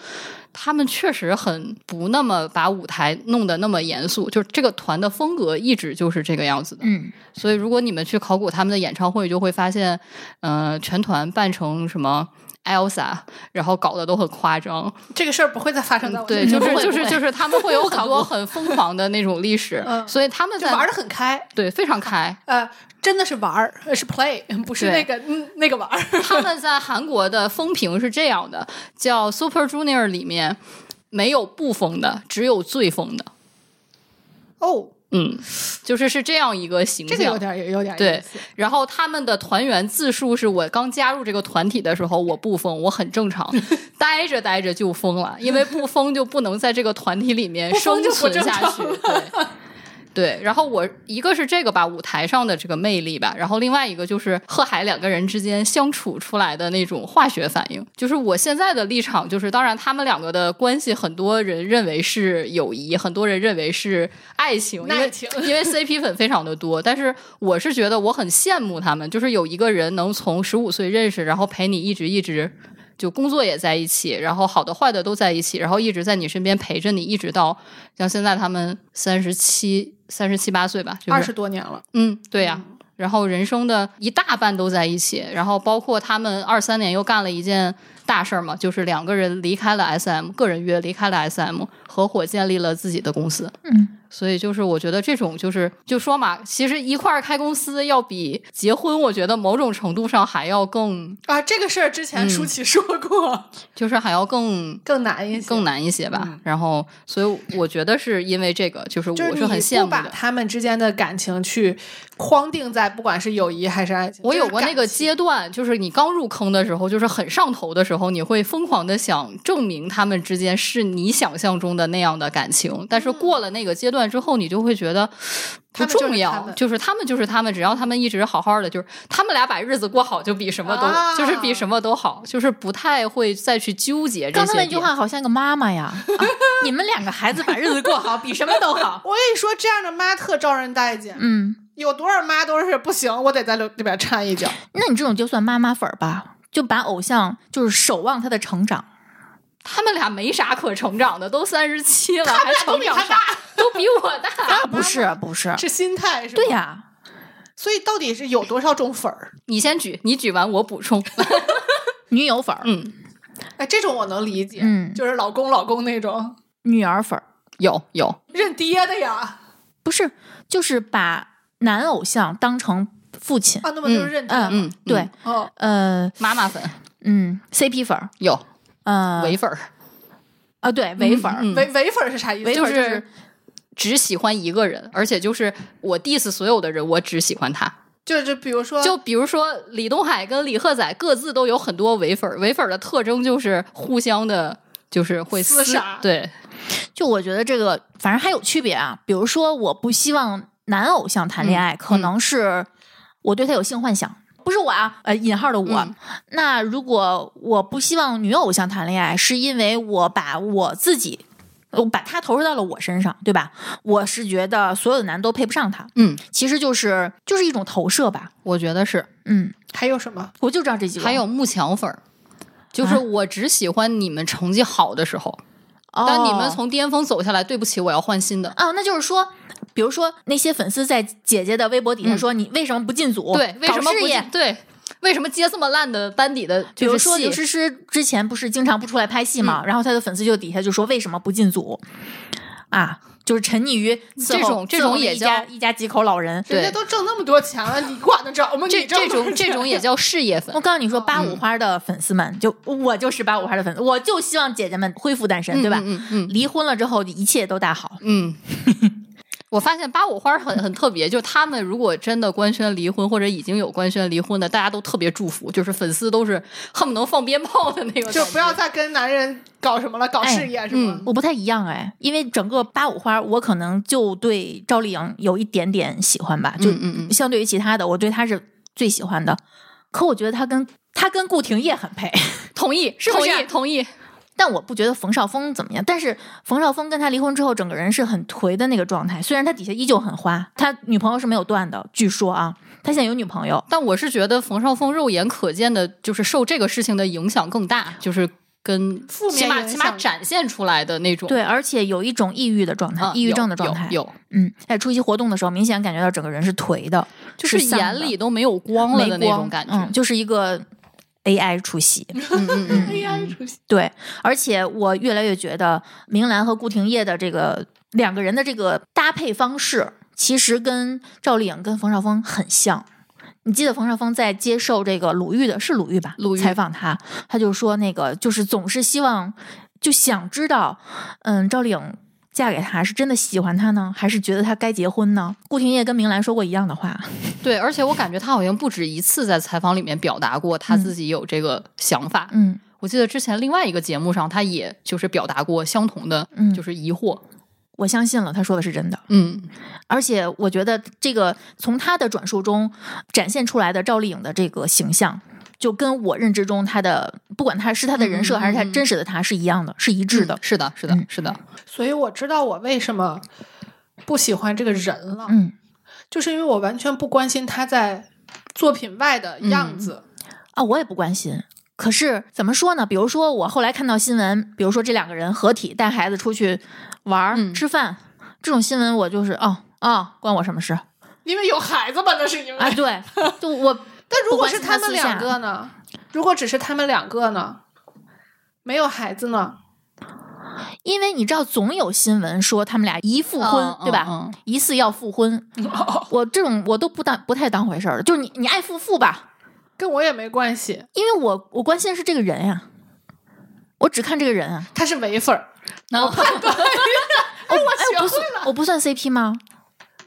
D: 他们确实很不那么把舞台弄得那么严肃，就是这个团的风格一直就是这个样子的。
C: 嗯，
D: 所以如果你们去考古他们的演唱会，就会发现，呃，全团扮成什么。Elsa，然后搞得都很夸张，
B: 这个事儿不会再发生在我
D: 对，
B: 身
D: 就
B: 上不
D: 是
B: 会
D: 就
B: 不
D: 是
B: 会
D: 就是他们会有很多很疯狂的那种历史，
B: 嗯
D: 所以他们
B: 就
D: 在
B: 玩的很开。
D: 对非常开，
B: 呃，真的是玩儿，呃是 play，不是
D: 对
B: 那个嗯那个玩儿。
D: 他们在韩国的风评是这样的，叫 Super Junior 里面没有不疯的，只有最疯的。
B: 哦，
D: 嗯，就是是这样一个形
B: 这
D: 象。
B: 个有点有有点
D: 对
B: 意思，
D: 然后他们的团员自述是我刚加入这个团体的时候，我不疯，我很正 常，待着待着就疯了，因为不疯就不能在这个团体里面
B: 不疯
D: 生
B: 就不
D: 存
B: 正
D: 下
B: 常
D: 去。对。对，然后我一个是这个吧，舞台上的这个魅力吧，然后另外一个就是贺海两个人之间相处出来的那种化学反应。就是我现在的立场，就是当然他们两个的关系，很多人认为是友谊，很多人认为是爱情，因为
B: 爱情
D: 因为 CP 粉非常的多，但是我是觉得我很羡慕他们，就是有一个人能从十五岁认识，然后陪你一直一直。就工作也在一起，然后好的坏的都在一起，然后一直在你身边陪着你，一直到像现在他们三十七、三十七八岁吧，就是
B: 二十多年了，
D: 嗯，对呀、然后人生的一大半都在一起，然后包括他们二三年又干了一件大事儿嘛，就是两个人离开了 SM，个人约离开了 SM，合伙建立了自己的公司。
C: 嗯，
D: 所以就是我觉得这种就是就说嘛，其实一块儿开公司要比结婚，我觉得某种程度上还要更，
B: 啊，这个事儿之前
D: 嗯
B: 舒淇说过，
D: 就是还要更。
B: 更难一些，
D: 更。难一些吧，
B: 嗯
D: 然后，所以我觉得是因为这个，就是我
B: 就是
D: 很
B: 你
D: 羡
B: 不
D: 慕
B: 把
D: 的。
B: 他们之间的感情去框定在不管是友谊还是爱情，
D: 我有
B: 就是
D: 过那
B: 感
D: 个
B: 情
D: 阶段，就是你刚入坑的时候，就是很上头的时候，你会疯狂的想证明他们之间是你想象中的那样的感情。但是过了那个阶段之后，你就会觉得
B: 嗯他
D: 不
B: 们就是
D: 重
B: 他
D: 要，
B: 们
D: 就是他们就是他们，只要他们一直好好的，就是他们俩把日子过好，就比什么都、
B: 啊
D: 就是比什么都好，就是不太会再去纠结这
C: 刚
D: 些
C: 才
D: 点。
C: 那句话好像个妈妈 呀，啊你们两个孩子把日子过好，比什么都 好。
B: 我跟你说，这样的妈特招人待见。
C: 嗯，
B: 有多少妈都是不行，我得在里边掺一 脚。
C: 那你这种就算妈妈粉儿吧，就把偶像就是守望他的成长。
D: 他们俩没啥可成长的，都三十七了，还成长
B: 他
D: 啥？都比我大。
B: 啊
C: 不是不是，
B: 是心态是吧？
C: 对、呀、
B: 所以到底是有多少种粉儿？
D: 你先举，你举完我补充。
C: 女友粉儿、
D: 嗯，
B: 哎，这种我能理解，
C: 嗯
B: 就是老公老公那种
C: 女儿粉儿，
D: 有有。
B: 认爹的呀，
C: 不是就是把男偶像当成父亲。
B: 啊，那么就是认爹。
C: 嗯
D: 嗯，
C: 对，
B: 哦，
C: 呃，
D: 妈妈粉
C: 嗯，CP 粉儿，
D: 有
C: 呃，
D: 唯粉儿，
C: 啊，对，唯粉儿，
D: 嗯
B: 唯唯粉儿是啥意思？
C: 唯
D: 就
C: 粉儿就是
D: 只喜欢一个人，而且就是我 diss 所有的人，我只喜欢他。
B: 就就比如说，
D: 就比如说李东海跟李赫宰各自都有很多唯粉儿，唯粉儿的特征就是互相的，就是会
B: 厮杀
D: 对，
C: 就我觉得这个，反正还有区别啊。比如说，我不希望男偶像谈恋
D: 嗯
C: 爱，可能是我对他有性幻想，不是我啊，呃，引号的我。
D: 嗯
C: 那如果我不希望女偶像谈恋爱，是因为我把我自己。我把他投射到了我身上，对吧？我是觉得所有的男都配不上他，
D: 嗯，
C: 其实就是就是一种投射吧。
D: 我觉得是。
C: 嗯，
B: 还有什么？
C: 我就知道这几个。
D: 还有慕强粉儿，就是
C: 啊
D: 我只喜欢你们成绩好的时候，
C: 哦，
D: 当你们从巅峰走下来，对不起，我要换新的。
C: 啊，那就是说，比如说那些粉丝在姐姐的微博底下
D: 嗯
C: 说：“你为什么不进组？
D: 对，为什么
C: 搞事
D: 不
C: 业
D: 进？对，为什么接这么烂的班底的？
C: 比
D: 就
C: 如
D: 是
C: 说
D: 戏嗯
C: 刘诗诗之前不是经常不出来拍戏嘛，然后她的粉丝就底下就说为什么不进组啊？就是沉溺于伺候
D: 这种这种
C: 伺候
D: 也
C: 一家
D: 叫
C: 一家几口老人。
D: 对
B: 人家都挣那么多钱了，你管得着吗？
D: 这
B: 你挣
D: 这
B: 多少
D: 种这
B: 钱
D: 种也叫事业 粉
C: 我。告诉你说，八
D: 嗯
C: 五花的粉丝们，就我就是八五花的粉丝，我就希望姐姐们恢复单身，对吧？
D: 嗯嗯
C: 离婚了之后，一切都大好。
D: 嗯。 我发现八五花很很特别，就是他们如果真的官宣离婚，或者已经有官宣离婚的，大家都特别祝福，就是粉丝都是恨不能放鞭炮的那个感觉。
B: 就不要再跟男人搞什么了，搞事业是
D: 嗯
B: 吗？
C: 我不太一样哎，因为整个八五花，我可能就对赵丽颖有一点点喜欢吧，就
D: 嗯嗯嗯
C: 相对于其他的，我对她是最喜欢的。可我觉得她跟她跟顾廷烨很配，
D: 同意，
C: 是不是
D: 同意，同意。
C: 但我不觉得冯绍峰怎么样。但是冯绍峰跟他离婚之后，整个人是很颓的那个状态。虽然他底下依旧很花，他女朋友是没有断的，据说啊，他现在有女朋友。
D: 但我是觉得冯绍峰肉眼可见的，就是受这个事情的影响更大，就是跟
B: 负面
D: 起码
B: 影响
D: 起码展现出来的那种
C: 对，而且有一种抑郁的状态，
D: 啊
C: 抑郁
D: 有
C: 症的状态。
D: 有有，
C: 嗯，在出席活动的时候，明显感觉到整个人是颓的，
D: 就是
C: 丧的
D: 眼里都没有光了
C: 没
D: 的那
C: 光
D: 种感觉。
C: 嗯，就是一个 AI 出 席。
D: 嗯嗯 嗯
B: 哎呀，出息
C: 对，而且我越来越觉得明兰和顾廷烨的这个两个人的这个搭配方式，其实跟赵丽颖跟冯绍峰很像。你记得冯绍峰在接受这个鲁豫的是鲁豫吧？
D: 鲁豫
C: 采访他，他就说那个就是总是希望就想知道，嗯，赵丽颖。嫁给他，是真的喜欢他呢，还是觉得他该结婚呢？顾廷烨跟明兰说过一样的话，
D: 对，而且我感觉他好像不止一次在采访里面表达过他自己有这个想法。
C: 嗯
D: 我记得之前另外一个节目上，他也就是表达过相同的，
C: 嗯
D: 就是疑惑。
C: 我相信了，他说的是真的。
D: 嗯
C: 而且我觉得这个从他的转述中展现出来的赵丽颖的这个形象，就跟我认知中她的，不管她是她的人设
D: 嗯嗯
C: 还是她
D: 嗯
C: 真实的她是一样的，是一致的。
D: 是的，是的
C: 嗯，
D: 是的，
B: 所以我知道我为什么不喜欢这个人了，
C: 嗯
B: 就是因为我完全不关心他在作品外的样子。
D: 嗯
C: 啊，我也不关心。可是怎么说呢？比如说我后来看到新闻，比如说这两个人合体带孩子出去玩儿、
D: 嗯
C: 吃饭，这种新闻我就是哦哦，关我什么事啊？
B: 因为有孩子吧，那是因为。
D: 啊
C: 对，就我
B: 但如
C: 不
B: 果
C: 关
B: 是
C: 心
B: 他
C: 他
B: 们
C: 私
B: 两
C: 下
B: 个呢？如果只是他们两个呢？没有孩子呢？
C: 因为你知道，总有新闻说他们俩疑复婚，
D: 嗯
C: 对吧？
D: 嗯嗯
C: 疑似要复婚，我这种我都不当不太当回事儿了。就是你你爱复复吧，
B: 跟我也没关系，
C: 因为我我关心的是这个人呀、我只看这个人啊。
B: 他是唯粉儿。
D: 那
C: 哦，哎，我不算我不算 CP 吗？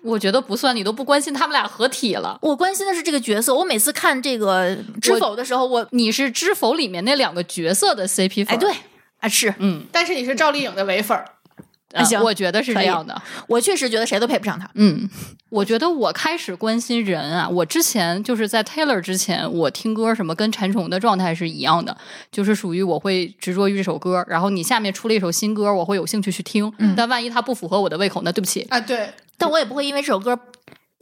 D: 我觉得不算，你都不关心他们俩合体了。
C: 我关心的是这个角色。我每次看这个知否的时候，我
D: 你是《知否》里面那两个角色的 CP 粉，
C: 哎对，啊是
D: 嗯，
B: 但是你是赵丽颖的唯粉儿，
D: 呃
C: 啊行
D: 我觉得是
C: 可
D: 这
C: 以
D: 样的。
C: 我确实觉得谁都配不上他。
D: 嗯，我觉得我开始关心人啊，我之前就是在 Taylor 之前，我听歌什么跟馋虫的状态是一样的，就是属于我会执着于这首歌，然后你下面出了一首新歌，我会有兴趣去听，
B: 嗯
D: 但万一它不符合我的胃口，那对不起。
B: 啊，对，
C: 但我也不会因为这首歌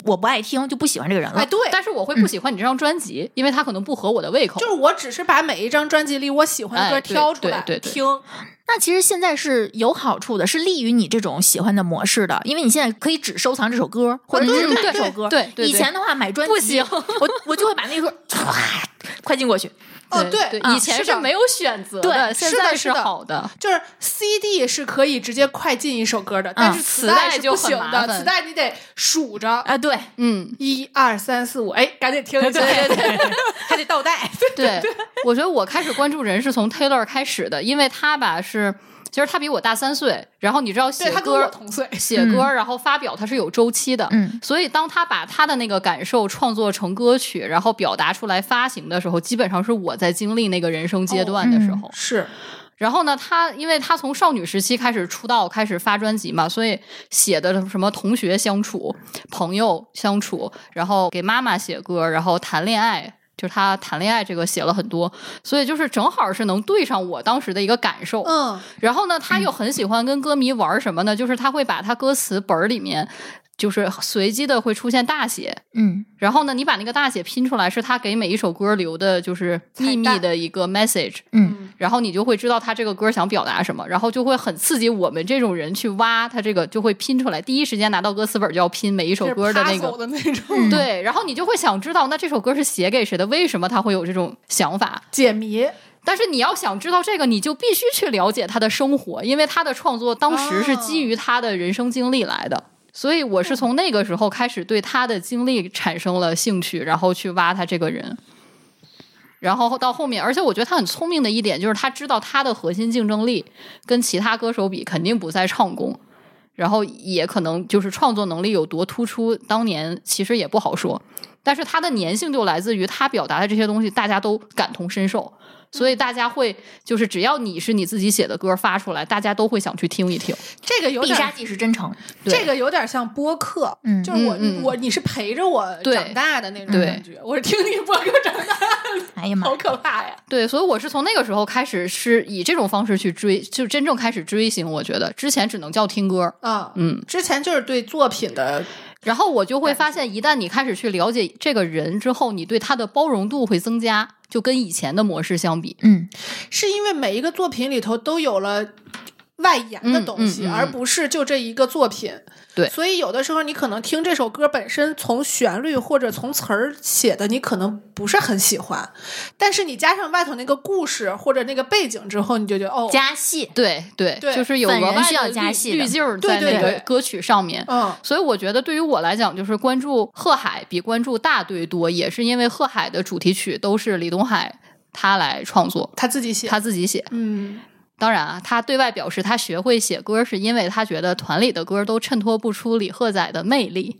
C: 我不爱听就不喜欢这个人了。
B: 哎，对，
D: 啊但是我会不喜欢你这张专辑，因为它可能不合我的胃口。
B: 就是我只是把每一张专辑里我喜欢的歌
D: 哎对
B: 挑出来、
D: 对对对
B: 听，
C: 那其实现在是有好处的，是利于你这种喜欢的模式的，因为你现在可以只收藏这首歌，或者只
D: 对对
C: 买
D: 对
C: 这首歌。
D: 对对对
C: 以前的话买专辑
D: 不行
C: 我我就会把那个唰快进过去。
B: 哦对
D: 对以前
B: 是
D: 是
B: 的
D: 没有选择的，
C: 对
D: 现
B: 是的
D: 在
B: 是的
D: 好的。
B: 就是 CD 是可以直接快进一首歌的，但是
D: 嗯磁
B: 带
D: 带
B: 是
D: 就
B: 不
D: 很
B: 行
D: 麻
B: 的，
D: 烦
B: 磁带你得数着
C: 啊，对
D: 嗯，
B: 一二三四五，哎，赶紧听一下，
D: 对对
B: 对，还得倒带，
D: 对，我觉得我开始关注人是从 Taylor 开始的，因为他吧是，其实他比我大三岁，然后你知道
B: 对
D: 写
B: 他跟我
D: 歌。
B: 同岁，
D: 写歌，然后发表，它是有周期的。
C: 嗯，
D: 所以当他把他的那个感受创作成歌曲，然后表达出来发行的时候，基本上是我在经历那个人生阶段的时候。
B: 是
D: 然后呢，他因为他从少女时期开始出道，开始发专辑嘛，所以写的什么同学相处、朋友相处，然后给妈妈写歌，然后谈恋爱，就是他谈恋爱这个写了很多，所以就是正好是能对上我当时的一个感受。
B: 嗯，
D: 然后呢，他又很喜欢跟歌迷玩什么呢？就是他会把他歌词本儿里面，就是随机的会出现大写，
C: 嗯，
D: 然后呢，你把那个大写拼出来，是他给每一首歌留的，就是秘密
B: 彩蛋
D: 的一个 message。
C: 嗯，
D: 然后你就会知道他这个歌想表达什么，然后就会很刺激我们这种人去挖他这个，就会拼出来。第一时间拿到歌词本就要拼每一首
B: 是
D: 歌的那
B: puzzle
D: 个。嗯
B: 的那种
D: 对，然后你就会想知道，那这首歌是写给谁的？为什么他会有这种想法？
B: 解谜，
D: 但是你要想知道这个，你就必须去了解他的生活，因为他的创作当时是基于他的人生经历来的。所以我是从那个时候开始对他的经历产生了兴趣，然后去挖他这个人。然后到后面，而且我觉得他很聪明的一点就是他知道他的核心竞争力跟其他歌手比肯定不在唱功，然后也可能就是创作能力有多突出，当年其实也不好说。但是他的粘性就来自于他表达的这些东西，大家都感同身受，所以大家会就是只要你是你自己写的歌发出来，大家都会想去听一听。
B: 这个有
C: 必杀
B: 点。
C: 技是真诚。
D: 对
B: 这个有点像播客，
C: 嗯
B: 就是我、
D: 嗯嗯
B: 我你是陪着我
D: 对
B: 长大的那种
D: 对
B: 感觉，我是听你播客长大的，
C: 哎呀妈
B: 好，可怕呀！
D: 对，所以我是从那个时候开始，是以这种方式去追，就真正开始追星。我觉得之前只能叫听歌，
B: 啊、
D: 嗯，
B: 之前就是对作品的
D: 然后我就会发现，一旦你开始去了解这个人之后，你对他的包容度会增加，就跟以前的模式相比。
C: 嗯，
B: 是因为每一个作品里头都有了外延的东西，
D: 嗯嗯嗯
B: 而不是就这一个作品。
D: 对
B: 所以有的时候你可能听这首歌本身从旋律或者从词儿写的，你可能不是很喜欢，但是你加上外头那个故事或者那个背景之后，你就觉得哦，
C: 加戏。
D: 对对，
B: 对
D: 就是有额
C: 反人
D: 外
C: 是要
D: 的
C: 加
D: 滤
C: 戏的
D: 滤镜儿
B: 对
D: 在
B: 对
D: 那
B: 对
D: 个歌曲上面。
B: 嗯，
D: 所以我觉得，对于我来讲，就是关注贺海比关注大队多，也是因为贺海的主题曲都是李东海他来创作，
B: 他自己写，
D: 他自己写。
B: 嗯，
D: 当然啊，他对外表示他学会写歌，是因为他觉得团里的歌都衬托不出李赫宰的魅力。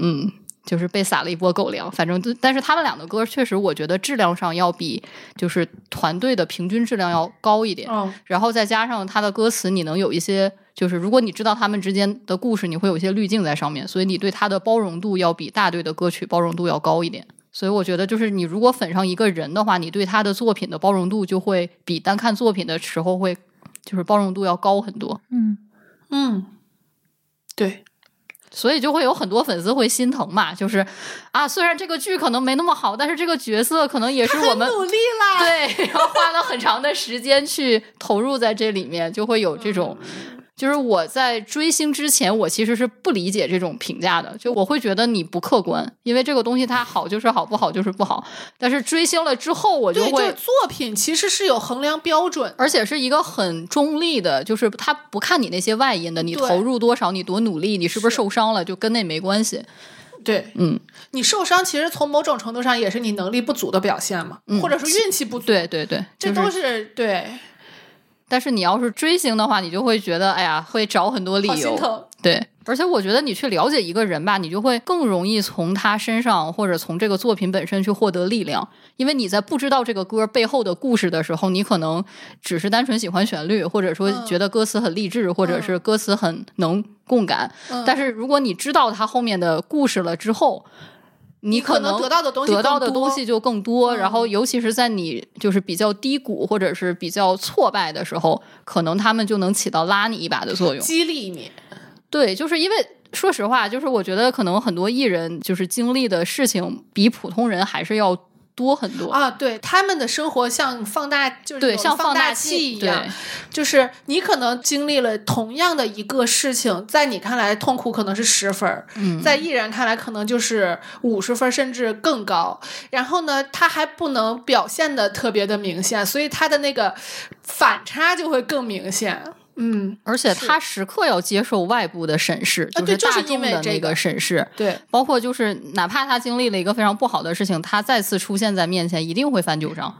D: 嗯，就是被撒了一波狗粮。反正就，但是他们俩的歌确实，我觉得质量上要比就是团队的平均质量要高一点。
B: 哦，
D: 然后再加上他的歌词，你能有一些，就是如果你知道他们之间的故事，你会有一些滤镜在上面，所以你对他的包容度要比大队的歌曲包容度要高一点。所以我觉得，就是你如果粉上一个人的话，你对他的作品的包容度就会比单看作品的时候会，就是包容度要高很多。
C: 嗯，
B: 嗯，对，
D: 所以就会有很多粉丝会心疼嘛，就是啊，虽然这个剧可能没那么好，但是这个角色可能也是我们
B: 努力 啦，
D: 对，然后花了很长的时间去投入在这里面，就会有这种。就是我在追星之前，我其实是不理解这种评价的，就我会觉得你不客观，因为这个东西它好就是好，不好就是不好。但是追星了之后，我就
B: 对，
D: 会
B: 就是作品其实是有衡量标准，
D: 而且是一个很中立的，就是他不看你那些外因的，你
B: 对
D: 投入多少，你多努力，你是不是
B: 是
D: 受伤了，就跟那没关系。
B: 对
D: 嗯，
B: 你受伤，其实从某种程度上也是你能力不足的表现嘛，
D: 嗯
B: 或者说运气不足，
D: 对对对，
B: 这
D: 就
B: 都是对，
D: 但是你要是追星的话，你就会觉得，哎呀，会找很多理
B: 好心
D: 由。
B: 疼。
D: 对，而且我觉得你去了解一个人吧，你就会更容易从他身上或者从这个作品本身去获得力量，因为你在不知道这个歌背后的故事的时候，你可能只是单纯喜欢旋律，或者说
B: 嗯
D: 觉得歌词很励志，或者是歌词很能共感。
B: 嗯
D: 但是如果你知道他后面的故事了之后，你
B: 可
D: 能
B: 能得到的东西
D: 得到的
B: 更多
D: 东西就更多，
B: 嗯
D: 然后尤其是在你就是比较低谷或者是比较挫败的时候，可能他们就能起到拉你一把的作用。
B: 激励你，
D: 对，就是因为说实话，就是我觉得可能很多艺人就是经历的事情比普通人还是要多很多。
B: 啊，对，他们的生活像放大，就是
D: 对，
B: 有
D: 像
B: 放
D: 大
B: 器一
D: 对
B: 样，就是你可能经历了同样的一个事情，在你看来痛苦可能是十分儿，
D: 嗯
B: 在艺人看来可能就是五十分儿甚至更高。然后呢，他还不能表现的特别的明显，所以他的那个反差就会更明显。嗯，
D: 而且他时刻要接受外部的审视，
B: 啊对
D: 是
B: 就是
D: 大
B: 因
D: 众
B: 为
D: 的
B: 这
D: 那
B: 个
D: 个审视。
B: 对，
D: 包括就是，哪怕他经历了一个非常不好的事情，他再次出现在面前，一定会翻旧账，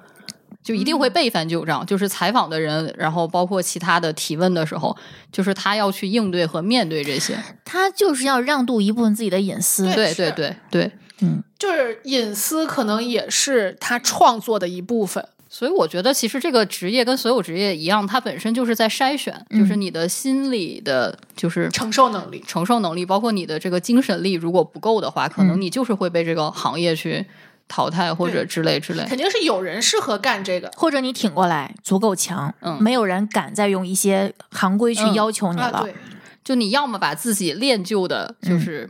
D: 就一定
B: 嗯
D: 会被翻旧账。就是采访的人，然后包括其他的提问的时候，就是他要去应对和面对这些。
C: 他就是要让渡一部分自己的隐私。
B: 对
D: 对
B: 是
D: 对对对，
B: 就是隐私可能也是他创作的一部分。
D: 所以我觉得，其实这个职业跟所有职业一样，它本身就是在筛选，就是
C: 嗯
D: 你的心理的，就是
B: 承受能力，
D: 承受能力，包括你的这个精神力，如果不够的话，可
C: 嗯
D: 能你就是会被这个行业去淘汰或者
B: 对
D: 之类之类。
B: 肯定是有人适合干这个
C: 或者你挺过来足够强，
D: 嗯
C: 没有人敢再用一些行规去
D: 嗯
C: 要求你了。
B: 啊，对，
D: 就你要么把自己练就的，
C: 嗯
D: 就是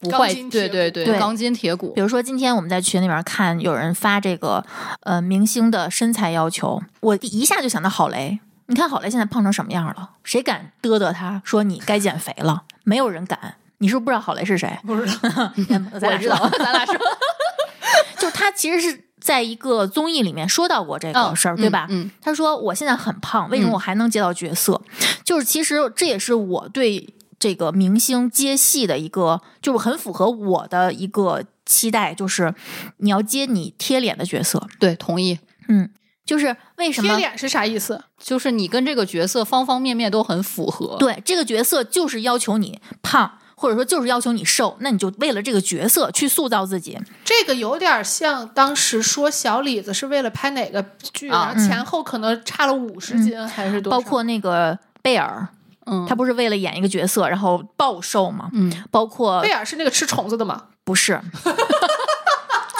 D: 不
B: 钢
D: 坏，
B: 筋铁
D: 对
B: 骨
D: 对对，
C: 对
D: 钢筋铁骨嗯
C: 比。如说，今天我们在群里面看有人发这个呃明星的身材要求，我一下就想到郝蕾。你看郝蕾现在胖成什么样了？谁敢嘚嘚她说你该减肥了？没有人敢。你是不是不知道郝蕾是谁？
B: 不知 道。
C: 我
D: 我知道，咱俩说
C: 就是她其实是在一个综艺里面说到过这个
D: 嗯
C: 事儿，对吧？
D: 嗯，嗯
C: 他说我现在很胖，
B: 嗯
C: 为什么我还能接到角色？就是其实这也是我对这个明星接戏的一个，就是很符合我的一个期待，就是你要接你贴脸的角色，
D: 对，同意。
C: 就是为什
B: 贴
C: 么？
B: 脸是啥意思？
D: 就是你跟这个角色方方面面都很符合。
C: 对这个角色就是要求你胖，或者说就是要求你瘦，那你就为了这个角色去塑造自己。
B: 这个有点像当时说小李子是为了拍哪个剧，
D: 啊
B: 然后前后可能差了五十斤还是多
C: 包
B: 少，
C: 括那个贝尔，
D: 嗯，
C: 他不是为了演一个角色，然后暴瘦嘛？
D: 嗯
C: 包括
B: 贝尔是那个吃虫子的嘛？
C: 不是，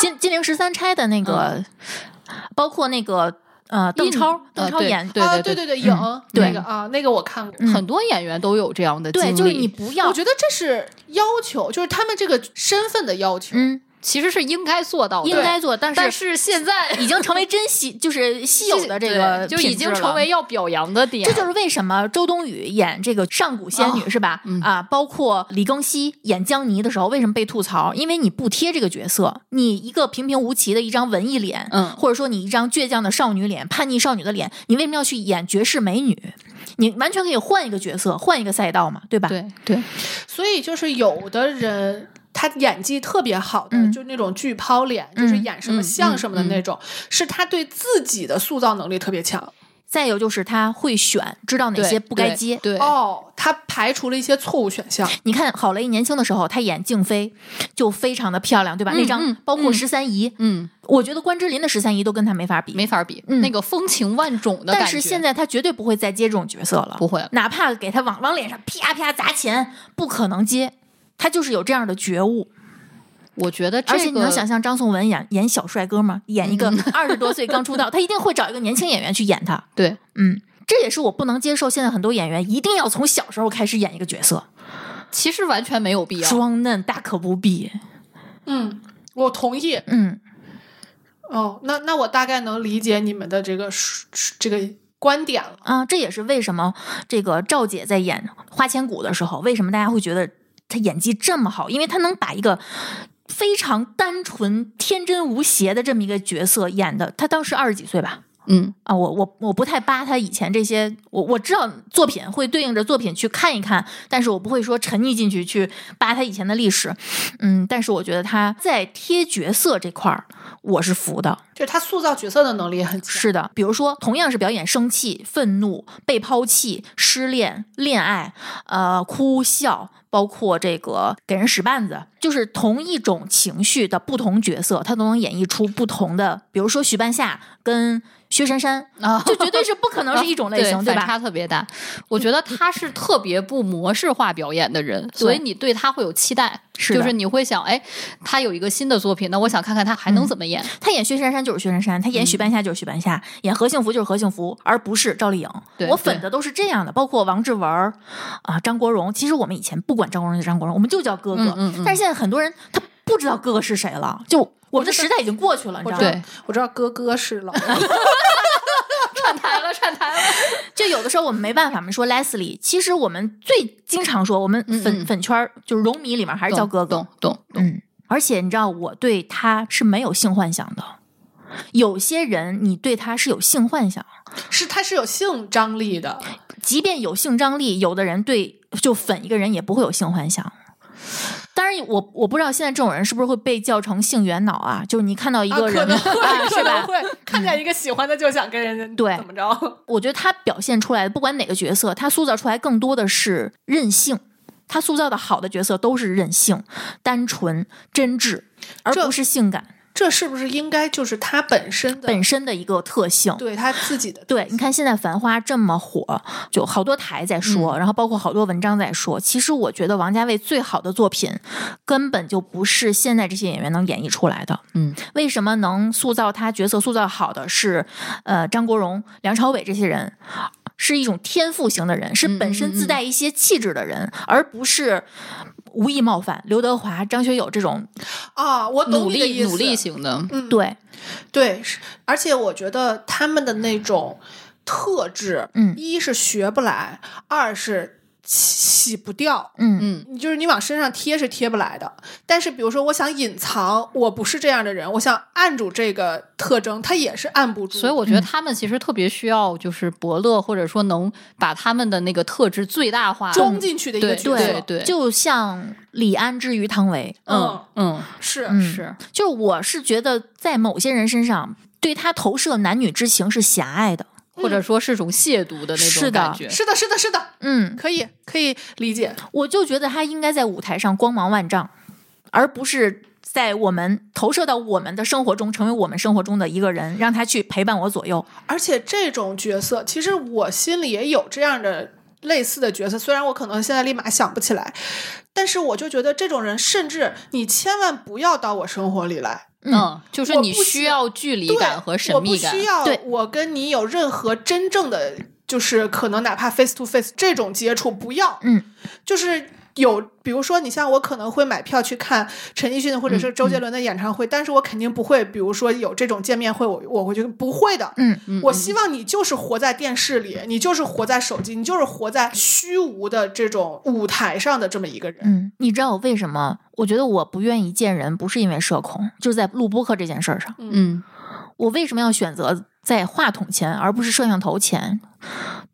C: 金金陵十三钗的那
D: 嗯
C: 个，包括那个呃，邓
D: 印
C: 超，
D: 啊
C: 邓超
D: 对
C: 演、
D: 对
B: 啊，
D: 对
B: 对对，影那
C: 对
B: 个啊，那个我看过。
C: 嗯
D: 很多演员都有这样的经历。
C: 对，就是你不要
B: 我，觉得这是要求，就是他们这个身份的要求。
C: 嗯，
D: 其实是应该做到的，
C: 应该做，但
D: 但
C: 是
D: 是现在
C: 已经成为珍稀，就是稀有的这个
D: 对就
C: 品
D: 已
C: 质
D: 经成
C: 了
D: 为。要表扬的点。
C: 这就是为什么周冬雨演这个上古仙女、是吧？
D: 嗯
C: 啊，包括李庚希演江妮的时候，为什么被吐槽？因为你不贴这个角色，你一个平平无奇的一张文艺脸，
D: 嗯
C: 或者说你一张倔强的少女脸、叛逆少女的脸，你为什么要去演绝世美女？你完全可以换一个角色，换一个赛道嘛，对吧？
D: 对对，
B: 所以就是有的人他演技特别好的，
C: 嗯
B: 就那种剧抛脸，就是演什么
D: 嗯
B: 像什么的
D: 嗯嗯
B: 那种，是他对自己的塑造能力特别强。
C: 再有就是他会选，知道哪
D: 对
C: 些不该
D: 对
C: 接。
D: 对，
B: 哦，他排除了一些错误选项，
C: 你看郝蕾年轻的时候，她演静妃就非常的漂亮，对吧？那张
D: 嗯
C: 包括
D: 嗯
C: 十三姨，
D: 嗯，
C: 我觉得关之琳的十三姨都跟她没法比。
D: 没法比，
C: 嗯
D: 那个风情万种的感觉。
C: 但是现在她绝对不会再接这种角色了，
D: 不会了，
C: 哪怕给她往往脸上啪啪砸钱，不可能接。她就是有这样的觉悟，
D: 我觉得这
C: 而
D: 个嗯
C: 且你能想象张颂文演演小帅哥吗？演一个二十多岁刚出道，他一定会找一个年轻演员去演他。
D: 对，
C: 嗯，这也是我不能接受，现在很多演员一定要从小时候开始演一个角色，
D: 其实完全没有必要。
C: 装嫩大可不必。
B: 嗯，我同意。
C: 嗯，
B: 哦，那那我大概能理解你们的这个这个观点了。
C: 啊，这也是为什么这个赵姐在演《花千骨》的时候，为什么大家会觉得她演技这么好？因为她能把一个非常单纯、天真无邪的这么一个角色演的，她当时二十几岁吧。
D: 嗯，
C: 啊，我我我不太扒她以前这些，我我知道作品会对应着作品去看一看，但是我不会说沉溺进去去扒她以前的历史，嗯，但是我觉得她在贴角色这块儿我是服的，
B: 就是他塑造角色的能力也很强。
C: 是的，比如说，同样是表演生气、愤怒、被抛弃、失恋、恋爱，呃，哭笑，包括这个给人使绊子，就是同一种情绪的不同角色，他都能演绎出不同的。比如说许半夏跟薛杉杉，
D: 啊，
C: 就绝对是不可能是一种类 型，对
D: 反
C: 吧？
D: 差特别大。我觉得他是特别不模式化表演的人，所以你对他会有期待，
C: 是的
D: 就是你会想，哎，他有一个新的作品，那我想看看他还能怎么演。
C: 他演薛杉杉嗯就是薛杉杉，他演许
D: 嗯
C: 半夏就是许半夏，演何幸福就是何幸福，而不是赵丽颖
D: 对。
C: 我粉的都是这样的，包括王志文儿啊、张国荣。其实我们以前不管张国荣就张国荣，我们就叫哥哥。
D: 嗯嗯嗯
C: 但是现在很多人他不知道哥哥是谁了，就我们的时代已经过去了，你知道吗？
D: 对，
B: 我知道哥哥是老 王，
D: 串台了，串台了。
C: 就有的时候我们没办法，我们说 Leslie，其实我们最经常说，我们
D: 嗯
C: 粉
D: 嗯
C: 粉圈儿就是荣迷里面还是叫哥哥。
D: 懂懂。懂
C: 嗯，而且你知道，我对他是没有性幻想的。有些人你对他是有性幻想。
B: 是他是有性张力的，
C: 即便有性张力，有的人对就粉一个人也不会有性幻想。当然我，我不知道现在这种人是不是会被叫成性缘脑啊？就是你看到一
B: 啊
C: 个
B: 可
C: 人，
B: 能会、
C: 啊
B: 可
C: 是
B: 能
C: 吧？
B: 会看见一个喜欢的就想跟人
C: 对
B: 怎么着？
C: 我觉得他表现出来的，不管哪个角色，他塑造出来更多的是任性。他塑造的好的角色都是任性、单纯、真挚，而
B: 这
C: 不是性感
B: 这是不是应该就是他本身的
C: 本身的一个特性。
B: 对他自己的
C: 对，你看现在《繁花》这么火，就好多台在说，
D: 嗯
C: 然后包括好多文章在说。其实我觉得王家卫最好的作品，根本就不是现在这些演员能演绎出来的。
D: 嗯，
C: 为什么能塑造他角色塑造好的是，呃，张国荣、梁朝伟这些人，是一种天赋型的人，是本身
D: 嗯
C: 自带一些气质的人，而不是。无意冒犯刘德华、张学友这种，
D: 嗯
B: 啊，我懂
D: 努
B: 你的
D: 力
B: 意思，
D: 努力型的，
B: 嗯，
C: 对，
B: 对，是而且我觉得他们的那种特质，
C: 嗯
B: 一是学不来，二是洗洗不掉。
C: 嗯
D: 嗯，
B: 你就是你往身上贴是贴不来的，但是比如说我想隐藏，我不是这样的人，我想按住这个特征，他也是按不住。
D: 所以我觉得他们其实特别需要，就是伯乐或者说能把他们的那个特质最大化。
B: 装进去的一个
D: 对
B: 角色，
D: 对对，
C: 就像李安之于汤唯，
D: 嗯嗯
B: 是、
C: 嗯
D: 是，
C: 就是我是觉得在某些人身上对他投射男女之情是狭隘的，
D: 或者说是种亵渎的那
C: 是
D: 种
C: 的
D: 感觉。
B: 嗯是的，是的，是的，
C: 嗯，
B: 可以可以理解。
C: 我就觉得他应该在舞台上光芒万丈，而不是在我们投射到我们的生活中，成为我们生活中的一个人，让他去陪伴我左右。
B: 而且这种角色，其实我心里也有这样的类似的角色，虽然我可能现在立马想不起来，但是我就觉得这种人，甚至你千万不要到我生活里来，
D: 嗯，就是
B: 我
D: 你
B: 不
D: 需
B: 需
D: 要距离
B: 对
D: 感和神秘
B: 我
D: 感
B: 不需。要
C: 对
B: 我跟你有任何真正的，就是可能哪怕 face to face 这种接触，不要，
C: 嗯，
B: 就是。有，比如说，你像我可能会买票去看陈奕迅或者是周杰伦的演唱会，但是我肯定不会，比如说有这种见面会，我我会觉得不会的，
C: 嗯
B: 我希望你就是活在电视里，你就是活在手机，你就是活在虚无的这种舞台上的这么一个人。
C: 嗯，你知道我为什么？我觉得我不愿意见人，不是因为社恐，就是在录播客这件事儿上，
D: 嗯，
C: 我为什么要选择在话筒前而不是摄像头前？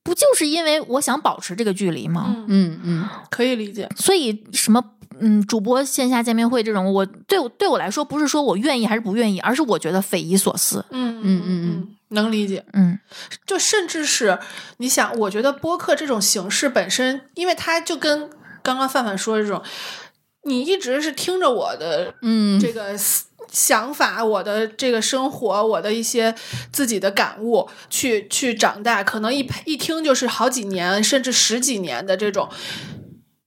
C: 不就是因为我想保持这个距离吗？
D: 嗯嗯，
B: 可以理解。
C: 所以什么嗯，主播线下见面会这种，我对我对我来说，不是说我愿意还是不愿意，而是我觉得匪夷所思。
B: 嗯
D: 嗯
B: 嗯，能理解。
C: 嗯
B: 就甚至是你想，我觉得播客这种形式本身，因为它就跟刚刚范范说的这种，你一直是听着我的
D: 嗯
B: 这个思想法、我的这个生活、我的一些自己的感悟去去长大，可能一一听就是好几年甚至十几年的这种，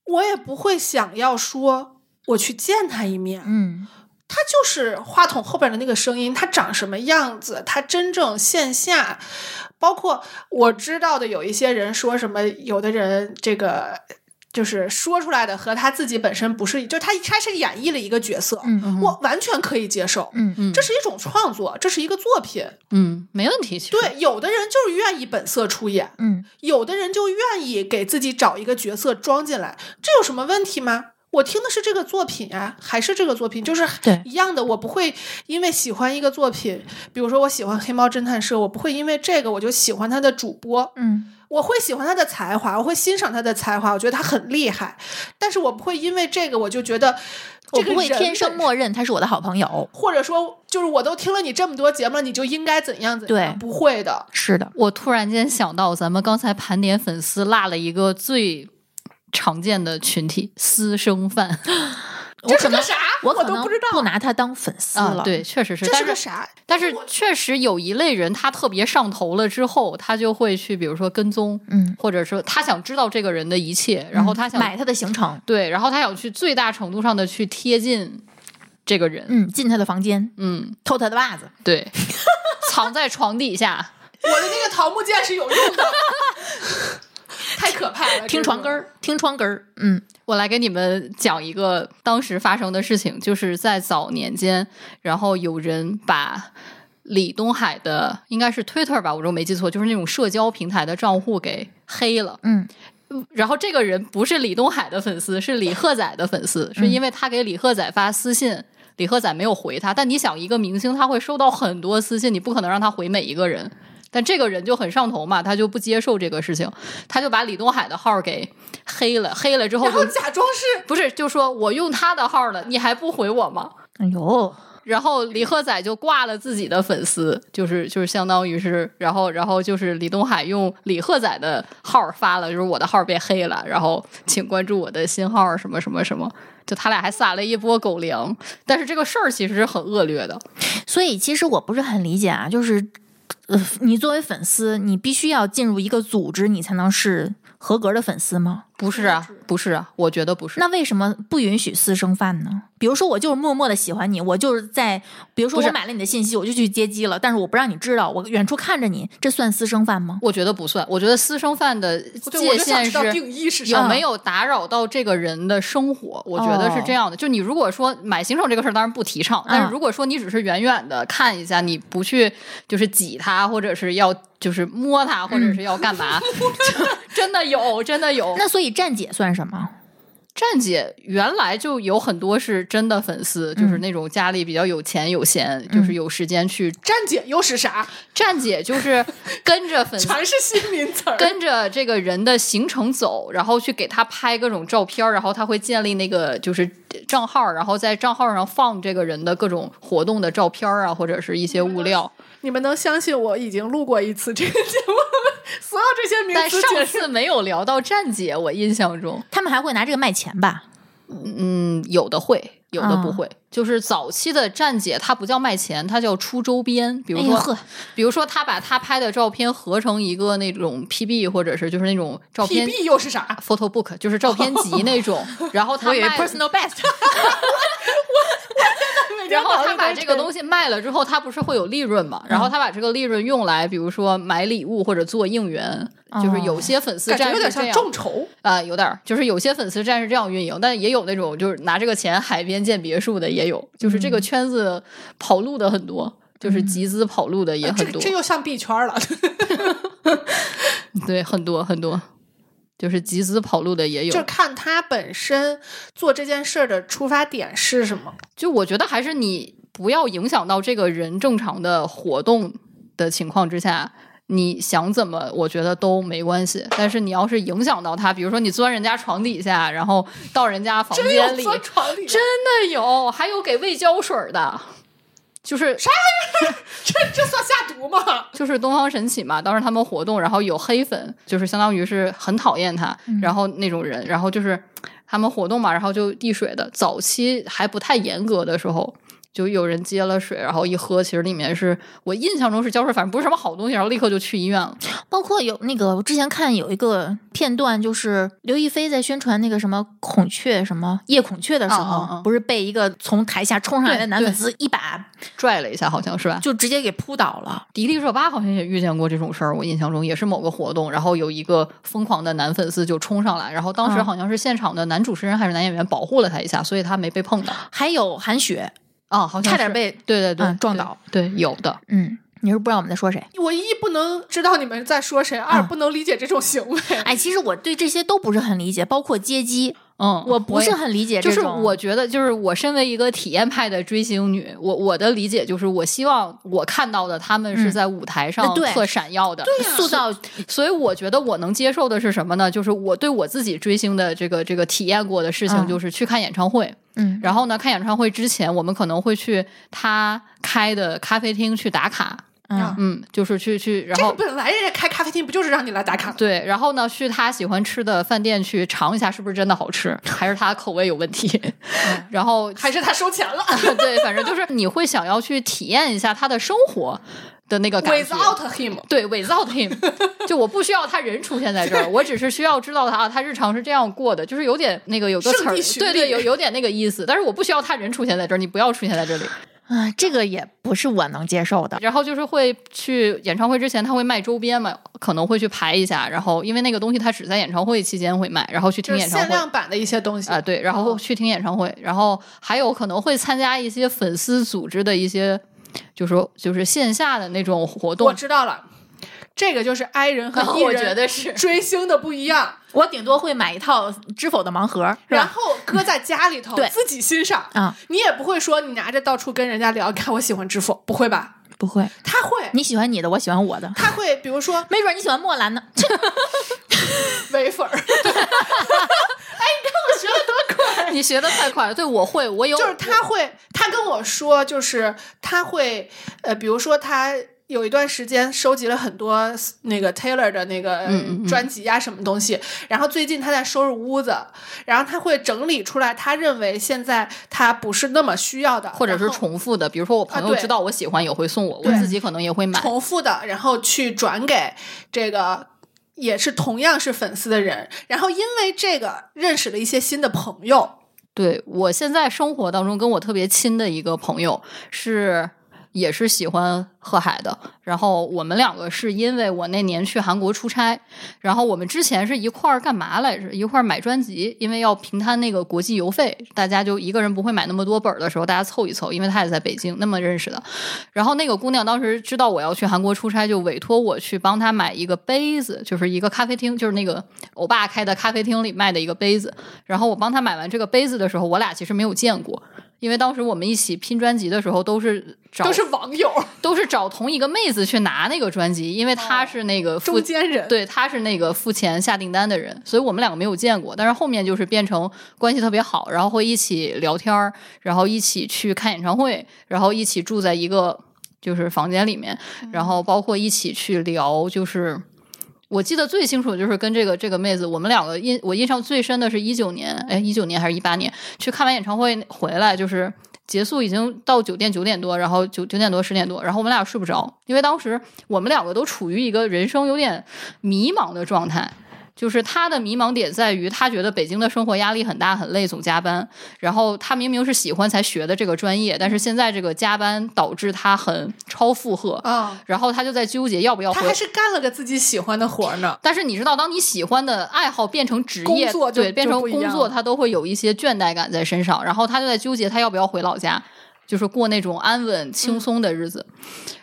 B: 我也不会想要说我去见他一面，
C: 嗯
B: 它就是话筒后边的那个声音，它长什么样子？它真正线下，包括我知道的有一些人说什么，有的人这个就是说出来的和他自己本身不是，就是他他是演绎了一个角色，
C: 嗯
B: 我完全可以接受。
C: 嗯嗯
B: 这是一种创作，这是一个作品。
D: 嗯，没问题。其实，
B: 对，有的人就是愿意本色出演，
C: 嗯
B: 有的人就愿意给自己找一个角色装进来，这有什么问题吗？我听的是这个作品啊，还是这个作品，就是
C: 对
B: 一样的。我不会因为喜欢一个作品，比如说我喜欢《黑猫侦探社》，我不会因为这个我就喜欢他的主播，
C: 嗯
B: 我会喜欢他的才华，我会欣赏他的才华，我觉得他很厉害，但是我不会因为这个我就觉得
C: 我
B: 这个
C: 不会
B: 人
C: 天生
B: 本
C: 默认他是我的好朋友。
B: 或者说就是我都听了你这么多节目了，你就应该怎样怎样，
C: 对
B: 不会的。
C: 是的，
D: 我突然间想到，咱们刚才盘点粉丝落了一个最常见的群体——私生饭
C: 我可能
B: 啥
C: 我可
B: 我都
C: 能
B: 不知道
C: 不拿他当粉丝
D: 啊
C: 了。，
D: 对，确实是。
B: 这是
D: 但
B: 个
D: 是，
B: 啥？
D: 但是确实有一类人，他特别上头了之后，他就会去，比如说跟踪，
C: 嗯，
D: 或者说他想知道这个人的一切，然后哦他想、
C: 买他的行程，
D: 对，然后他想去最大程度上的去贴近这个人。
C: 嗯，进他的房间，
D: 嗯，
C: 偷他的袜子。
D: 对， 藏在床底下。
B: 我的那个桃木剑是有用的， 太可怕了！
C: 听床根
B: 儿，
C: 儿，听窗根儿，嗯
D: 我来给你们讲一个当时发生的事情，就是在早年间，然后有人把李东海的应该是 Twitter 吧，我如果没记错，就是那种社交平台的账户给黑了。
C: 嗯
D: 然后这个人不是李东海的粉丝，是李赫宰的粉丝，是因为他给李赫宰发私信，李赫宰没有回他。但你想，一个明星他会收到很多私信，你不可能让他回每一个人。但这个人就很上头嘛，他就不接受这个事情，他就把李东海的号给黑了，黑了之后
B: 然
D: 就
B: 后假装是
D: 不是就说我用他的号了，你还不回我吗？
C: 哎呦，
D: 然后李赫宰就挂了自己的粉丝，就是就是相当于是，然后然后就是李东海用李赫宰的号发了，就是我的号被黑了，然后请关注我的新号什么什么什么，就他俩还撒了一波狗粮。但是这个事儿其实是很恶劣的，
C: 所以其实我不是很理解啊，就是，呃，你作为粉丝，你必须要进入一个组织，你才能是合格的粉丝吗？
D: 不是啊，不是啊，我觉得不是。
C: 那为什么不允许私生饭呢？比如说，我就是默默的喜欢你，我就是在，比如说
D: 不是
C: 我买了你的信息，我就去接机了，但是我不让你知道，我远处看着你，这算私生饭吗？
D: 我觉得不算，我觉得私生饭的
B: 对，我
D: 哦界
B: 就想
D: 限
B: 知
D: 是
B: 道定义是
D: 有
B: 啥。
D: 没有打扰到这个人的生活？我觉得是这样的。就你如果说买行程这个事儿，当然不提倡。但是如果说你只是远远的看一下，你不去就是挤他，或者是要就是摸他，或者是要干嘛， 真的有，真的有。
C: 那所以站姐算什么？
D: 站姐原来就有很多是真的粉丝，就是那种家里比较有钱有闲，就是有时间去。
B: 站姐又是啥？
D: 站姐就是跟着粉丝
B: 全是新名 词儿。
D: 跟着这个人的行程走，然后去给他拍各种照片儿，然后他会建立那个就是账号，然后在账号上放这个人的各种活动的照片儿啊，或者是一些物料。
B: 你们能相信我已经录过一次这个节目了？ 所有这些名
D: 但
B: 词
D: 上
B: 解释
D: 次没有聊到站姐，我印象中，
C: 他们还会拿这个卖钱吧？
D: 嗯，有的会，有的不
C: 啊
D: 会。就是早期的站姐，她不叫卖钱，她叫出周边，比如
C: 哎呦
D: 说，
C: 呵
D: 比如说她把她拍的照片合成一个那种 PB，或者是就是那种照片啊
B: PB 又是啥？
D: photo book，就是照片集 那种，然后她
C: 我以为
D: 卖
C: personal best，
D: 然后他把这个东西卖了之后，他不是会有利润嘛？
B: 嗯
D: 然后他把这个利润用来，比如说买礼物或者做应援，就是有些粉丝
B: 哦感觉
D: 站
B: 有
D: 是
B: 点
D: 这
B: 像
D: 样
B: 众筹，
D: 啊、有点儿就是有些粉丝站是这样运营，但也有那种就是拿这个钱海边建别墅的也有，就是
B: 嗯
D: 这个圈子跑路的很多。就是集资跑路的也
B: 呃啊这
D: 很多，
B: 这又像币圈了。
D: 对，很多很多，就是集资跑路的也有。
B: 就看他本身做这件事儿的出发点是什么。
D: 就我觉得还是你不要影响到这个人正常的活动的情况之下，你想怎么，我觉得都没关系。但是你要是影响到他，比如说你钻人家床底下，然后到人家房
B: 真
D: 间
B: 有
D: 里，
B: 钻床底，
D: 真的有，还有给喂胶水儿的，就是啥？
B: 这这算下毒吗？
D: 就是东方神起嘛，当时他们活动，然后有黑粉，就是相当于是很讨厌他，然后那种人，然后就是他们活动嘛，然后就递水的，早期还不太严格的时候。就有人接了水，然后一喝，其实里面是我印象中是胶水，反正不是什么好东西，然后立刻就去医院了。
C: 包括有那个，我之前看有一个片段，就是刘亦菲在宣传那个什么孔雀什么夜孔雀的时候，
D: 嗯嗯嗯
C: 不是被一个从台下冲上来的
D: 对
C: 男粉丝一把
D: 拽了一下，好像是吧？
C: 就直接给扑倒了。
D: 迪丽热巴好像也遇见过这种事儿，我印象中也是某个活动，然后有一个疯狂的男粉丝就冲上来，然后当时
C: 嗯
D: 好像是现场的男主持人还是男演员保护了他一下，所以他没被碰到。
C: 还有韩雪，
D: 啊，好像
C: 差点
D: 是
C: 被
D: 对对对、
C: 嗯撞倒
D: 对，对有的。
C: 嗯，你是不知道我们在说谁？
B: 我一不能知道你们在说谁，二
C: 嗯
B: 不能理解这种行为。
C: 哎，其实我对这些都不是很理解，包括接机，
D: 嗯，
C: 我不是
D: 也
C: 很理解
D: 就
C: 这
D: 是
C: 种。
D: 我觉得，就是我身为一个体验派的追星女，我我的理解就是，我希望我看到的他们是
C: 嗯
D: 在舞台上
C: 呃对
D: 特闪耀的，
C: 塑造嗯
D: 所以我觉得我能接受的是什么呢？就是我对我自己追星的这个这个体验过的事情，
C: 嗯
D: 就是去看演唱会。
C: 嗯
D: 然后呢，看演唱会之前，我们可能会去他开的咖啡厅去打卡，
C: 嗯
D: 嗯，就是去去，然
B: 这
D: 后
B: 个本来人家开咖啡厅不就是让你来打卡吗？
D: 对，然后呢，去他喜欢吃的饭店去尝一下，是不是真的 好吃，还是他口味有问题？然后
B: 嗯还是他收钱了
D: 对，反正就是你会想要去体验一下他的生活的那个感觉。
B: ？Without him，
D: 对，without him，就我不需要他人出现在这儿，我只是需要知道他啊，他日常是这样过的，就是有点那个有个
B: 圣
D: 词儿
B: 地，巡
D: 对对，
B: 礼
D: 有有点那个意思，但是我不需要他人出现在这儿，你不要出现在这里。
C: 啊，这个也不是我能接受的。
D: 然后就是会去演唱会之前，他会卖周边嘛，可能会去排一下，然后因为那个东西他只在演唱会期间会卖，然后去
B: 就
D: 听
B: 是
D: 演唱
B: 限
D: 会。
B: 量哦版的一些东西
D: 啊、对，然后去听演唱会，然后还有可能会参加一些粉丝组织的一些，就是说就是线下的那种活
B: 我
D: 动。
B: 知道了，这个就是 I 人和 E 人，
D: 我觉得是
B: 追星的不一样。
C: 我顶多会买一套《知否》的盲盒，是
B: 然
C: 吧？
B: 后搁在家 里头
C: 对
B: 自己欣赏，
C: 啊，
B: 你也不会说你拿着到处跟人家聊，看我喜欢知否，不会吧？
C: 不会，
B: 他会，
C: 你喜欢你的，我喜欢我的，
B: 他会，比如说
C: 没准你喜欢莫兰 呢。
B: 唯粉儿，
D: 你学的太快了，对我会，我有
B: 就是他会，他跟我说，就是他会，呃，比如说他有一段时间收集了很多那个 Taylor 的那个
D: 嗯嗯嗯
B: 专辑呀、什么东西，然后最近他在收拾屋子，然后他会整理出来，他认为现在他不是那么需要的，
D: 或者是
B: 然后啊
D: 重复的，比如说我朋友
B: 对
D: 知道我喜欢也会送我，我
B: 对
D: 自己可能也会买。
B: 重复的，然后去转给这个也是同样是粉丝的人，然后因为这个认识了一些新的朋友，
D: 对我现在生活当中跟我特别亲的一个朋友是。也是喜欢贺海的，然后我们两个是因为我那年去韩国出差，然后我们之前是一块儿干嘛来着？一块儿买专辑，因为要平摊那个国际邮费，大家就一个人不会买那么多本儿的时候，大家凑一凑，因为他也在北京，那么认识的。然后那个姑娘当时知道我要去韩国出差，就委托我去帮她买一个杯子，就是一个咖啡厅，就是那个欧巴开的咖啡厅里卖的一个杯子。然后我帮她买完这个杯子的时候，我俩其实没有见过，因为当时我们一起拼专辑的时候都是找
B: 都是网友
D: 都是找同一个妹子去拿那个专辑，因为她是那个付
B: 中间人，
D: 对，他是那个付钱下订单的人，所以我们两个没有见过，但是后面就是变成关系特别好，然后会一起聊天儿，然后一起去看演唱会，然后一起住在一个就是房间里面，
B: 嗯
D: 然后包括一起去聊，就是我记得最清楚的就是跟这个这个妹子，我们两个印我印象最深的是一九年，哎，一九年还是一八年去看完演唱会回来，就是结束已经到酒店九点多，然后九九点多十点多，然后我们俩睡不着，因为当时我们两个都处于一个人生有点迷茫的状态。就是他的迷茫点在于，他觉得北京的生活压力很大，很累，总加班。然后他明明是喜欢才学的这个专业，但是现在这个加班导致他很超负荷，
B: 啊、
D: 然后他就在纠结要不要
B: 他
D: 回
B: 还是干了个自己喜欢的活儿呢。
D: 但是你知道，当你喜欢的爱好变成职业，
B: 工作就
D: 对，变成
B: 就不一样
D: 工作，他都会有一些倦怠感在身上。然后他就在纠结，他要不要回老家，就是过那种安稳
B: 嗯
D: 轻松的日子。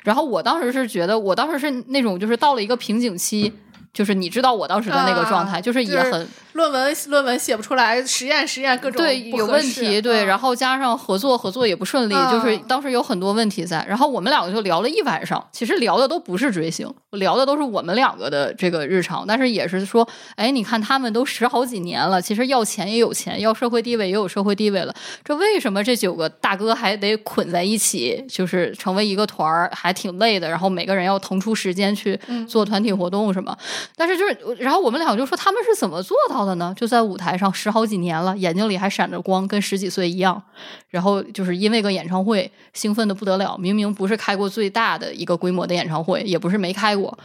D: 然后我当时是觉得，我当时是那种就是到了一个瓶颈期，就是你知道我当时的那个状态，
B: 啊
D: 就是也很、
B: 就是论文论文写不出来，实验实验各种
D: 对
B: 不
D: 有
B: 合
D: 问
B: 适
D: 题，对，
B: 嗯
D: 然后加上合作合作也不顺利，就是
B: 嗯
D: 当时有很多问题在，然后我们两个就聊了一晚上，其实聊的都不是追星，聊的都是我们两个的这个日常，但是也是说，哎，你看他们都十好几年了，其实要钱也有钱，要社会地位也有社会地位了，这为什么这九个大哥还得捆在一起，就是成为一个团儿，还挺累的，然后每个人要腾出时间去
B: 嗯
D: 做团体活动什么，但是就是，然后我们俩就说他们是怎么做到的呢？就在舞台上十好几年了，眼睛里还闪着光，跟十几岁一样。然后就是因为个演唱会兴奋的不得了，明明不是开过最大的一个规模的演唱会，也不是没开过，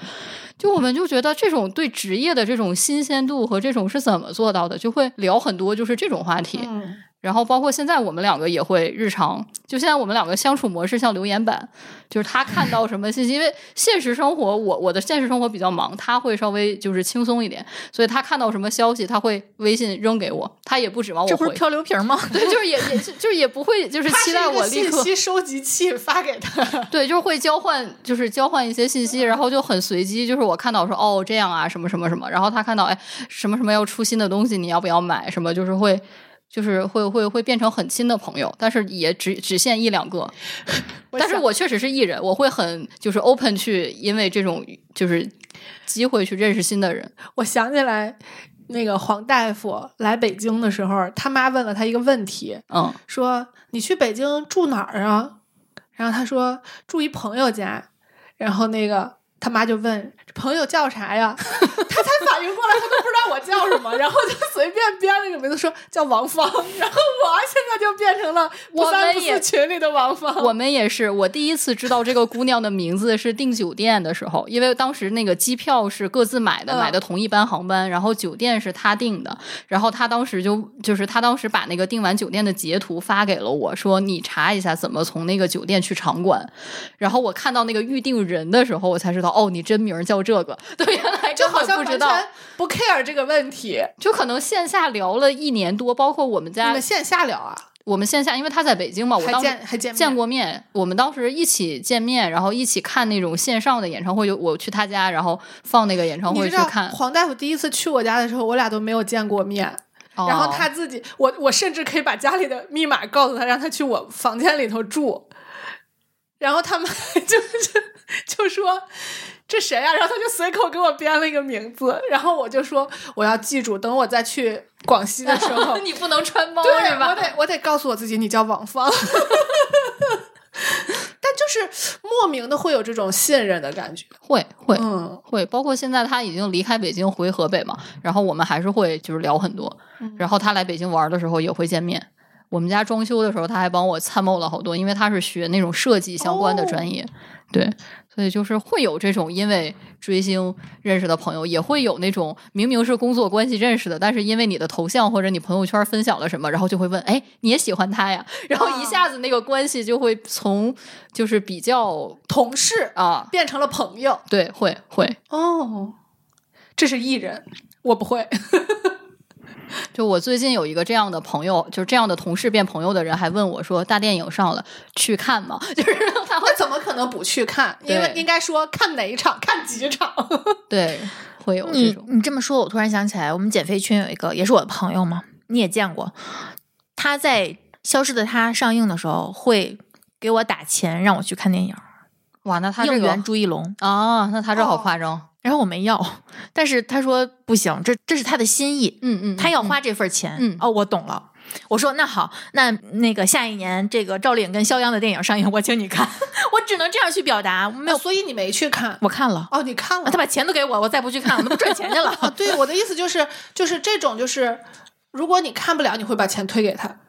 D: 就我们就觉得这种对职业的这种新鲜度和这种是怎么做到的，就会聊很多就是这种话题。
B: 嗯
D: 然后包括现在我们两个也会日常，就现在我们两个相处模式像留言板，就是他看到什么信息，因为现实生活我我的现实生活比较忙，他会稍微就是轻松一点，所以他看到什么消息他会微信扔给我，他也不指望我
C: 这不是
D: 回，
C: 漂流瓶 吗？
D: 对， 就是也也就就是也不会就是
B: 它是
D: 期待
B: 一个
D: 我立
B: 信
D: 刻
B: 息收集器发给他，
D: 对，就是会交换，就是交换一些信息，然后就很随机。就是我看到说哦这样啊，什么什么什么，然后他看到哎什么什么要出新的东西，你要不要买？什么就是会。就是会会会变成很亲的朋友，但是也只只限 一两个。但是
B: 想
D: 我确实是艺人，我会很就是 open 去，因为这种就是机会去认识新的人。
B: 我想起来，那个黄大夫来北京的时候，他妈问了他一个问题，
D: 嗯，
B: 说你去北京住哪儿啊？然后他说住一朋友家，然后那个他妈就问朋友叫啥呀？ 他才反应过来，他都不知道我叫什么，然后就随便编了一个名字说叫王芳，然后我现在就变成了不
D: 我
B: 三
D: 们
B: 不
D: 也
B: 四群里的王芳。
D: 我们也是，我第一次知道这个姑娘的名字是订酒店的时候，因为当时那个机票是各自买的，
B: 嗯
D: 买的同一班航班，然后酒店是她订的，然后她当时就就是她当时把那个订完酒店的截图发给了我，说你查一下怎么从那个酒店去场馆，然后我看到那个预定人的时候，我才知道哦，你真名儿叫这个， 对，原来
B: 就
D: 根
B: 好
D: 本
B: 像
D: 不
B: 完
D: 知道，
B: 全不 care 这个问题，
D: 就可能线下聊了一年多，包括我们
B: 你
D: 家
B: 们线下聊啊，
D: 我们线下，因为她在北京嘛，我
B: 还
D: 当时
B: 见还见面
D: 见过面，我们当时一起见面，然后一起看那种线上的演唱会，就我去他家，然后放那个演唱
B: 你
D: 会
B: 知
D: 去
B: 道
D: 看。
B: 黄大夫第一次去我家的时候，我俩都没有见过面。然后他
D: 哦，
B: 自己，我我甚至可以把家里的密码告诉他，让他去我房间里头住。然后他们 就是就说这谁啊？然后他就随口给我编了一个名字，然后我就说我要记住，等我再去广西的时 候
D: ，你不能穿帮
B: 对
D: 是
B: 我
D: 吧？
B: 得我得告诉我自己，你叫王芳。 但就是莫名的会有这种信任的感觉，
D: 会会
B: 嗯，
D: 会，包括现在他已经离开北京回河北嘛，然后我们还是会就是聊很多。然后他来北京玩的时候也会见面。我们家装修的时候，他还帮我参谋了好多，因为他是学那种设计相关的专业，对，所以就是会有这种因为追星认识的朋友，也会有那种明明是工作关系认识的，但是因为你的头像或者你朋友圈分享了什么，然后就会问，哎，你也喜欢他呀？然后一下子那个关系就会从就是比较
B: 同事
D: 啊，
B: 变成了朋友。
D: 对，会会，
B: 哦，这是艺人，我不会。
D: 就我最近有一个这样的朋友，就是这样的同事变朋友的人，还问我说大电影上了去看吗？ 就是他会
B: 那怎么可能不去看？因为
D: 对
B: 应该说看哪一场，看几场。
D: 对会有这
B: 嗯
C: 你
D: 种
C: 你这么说，我突然想起来，我们减肥群有一个也是我的朋友嘛，你也见过，他在《消失的她》上映的时候会给我打钱让我去看电影，
D: 哇，那他这
C: 应
D: 个
C: 援朱一龙，
D: 啊，那他这好
B: 哦
D: 夸张，
C: 然后我没要， 但是他说不行，这这是他的心意，
D: 嗯嗯，
C: 他要花这份钱。
D: 嗯
C: 哦，我懂了。我说那好，那那个下一年这个赵丽颖跟肖央的电影上映，我请你看。 我只能这样去表达，没有，
B: 所以你没去看。
C: 我看了，
B: 哦，你看了。
C: 啊他把钱都给我，我再不去看，我都不赚钱去
B: 啊，
C: 了。
B: 对，我的意思就是，就是这种，就是如果你看不了，你会把钱退给他。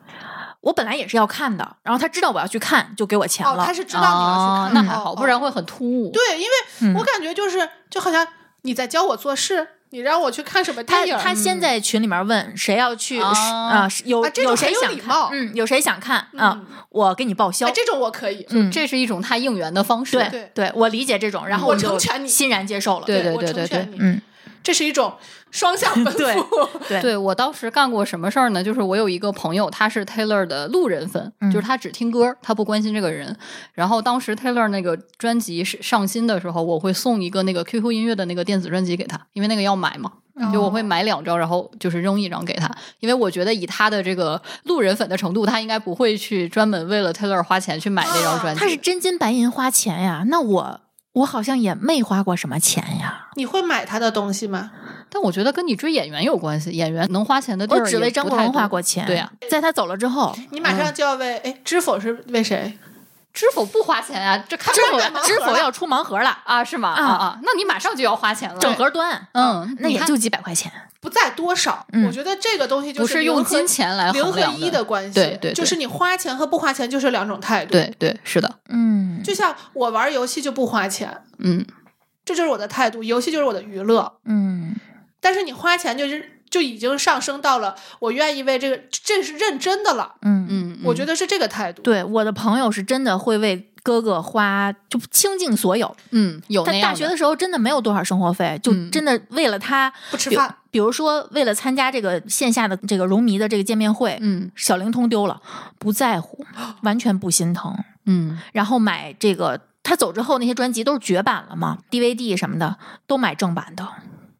C: 我本来也是要看的，然后他知道我要去看，就给我钱
B: 哦，
C: 了。
B: 他是知道你要
D: 哦
B: 去看的，
D: 那还好，
B: 哦
D: 不然。会很突兀。
B: 对，因为我感觉就是，就好像你在教我做事，你让我去看什么
C: 他
B: 电影，嗯
C: 他先在群里面问谁要去
D: 哦
C: 是啊、是有、
B: 啊这种
C: 有谁
B: 很有
C: 想
B: 礼
C: 看
B: 貌？
C: 嗯，有谁想看啊
B: 嗯？
C: 我给你报销
B: 哎，。这种我可以。
C: 嗯，
D: 这是一种他应援的方式。
C: 对
B: 对
C: 对，我理解这种，然后
B: 我
C: 就
B: 成全你
C: 欣然接受了。
D: 对对
B: 我
D: 对
B: 成
D: 对
B: 全
D: 对
B: 你。
C: 嗯，
B: 这是一种双向奔赴。
C: 对
D: 对我当时干过什么事儿呢？就是我有一个朋友，他是 Taylor 的路人粉，
C: 嗯
D: 就是他只听歌，他不关心这个人。然后当时 Taylor 那个专辑是上新的时候，我会送一个那个 QQ 音乐的那个电子专辑给他，因为那个要买嘛。就
C: 哦
D: 我会买两张，然后就是扔一张给他，因为我觉得以他的这个路人粉的程度，他应该不会去专门为了 Taylor 花钱去买那张专
C: 啊
D: 辑。
C: 他是真金白银花钱呀，那我我好像也没花过什么钱呀，
B: 你会买他的东西吗？
D: 但我觉得跟你追演员有关系，演员能花钱的地儿
C: 我只
D: 也
C: 为
D: 不
C: 张国
D: 太
C: 荣花
D: 多
C: 过钱。
D: 对呀、
C: 啊在他走了之后，
B: 你马上就要为哎，知否是为谁？
D: 知否不花钱啊？这 看
C: 知
D: 不
C: 否
D: 出来
C: 知否要出盲盒了，
D: 啊？是吗？
C: 啊
D: 啊啊！那你马上就要花钱了，
C: 整盒端，
D: 嗯，
C: 那
D: 你
C: 也
D: 看
C: 就几百块钱。
B: 不在多少。
C: 嗯
B: 我觉得这个东西就
D: 不是
B: 零
D: 用
B: 和
D: 金钱来
B: 零
D: 衡
B: 和
D: 量
B: 一的关系，
D: 对对，
B: 就是你花钱和不花钱就是两种态度。，
D: 对对对是的，
C: 嗯
B: 就像我玩游戏就不花钱，
D: 嗯，
B: 这就是我的态度，游戏就是我的娱乐。
C: 嗯，
B: 但是你花钱就是就已经上升到了我愿意为这个，这是认真的了。
C: 嗯
D: 嗯，
B: 我觉
D: 得
B: 得是这个态度。
C: 对，我的朋友是真的会为哥哥花，就倾尽所有。
D: 嗯有那
C: 他
D: 样
C: 大学的时候真的没有多少生活费，就
D: 嗯
C: 真的为了他
B: 不吃
C: 比如
B: 饭，
C: 比如说为了参加这个线下的这个荣迷的这个见面会，
D: 嗯
C: 小灵通丢了，不在 乎，完全不心疼。
D: 嗯
C: 然后买这个，他走之后那些专辑都是绝版了嘛，DVD 什么的都买正版的，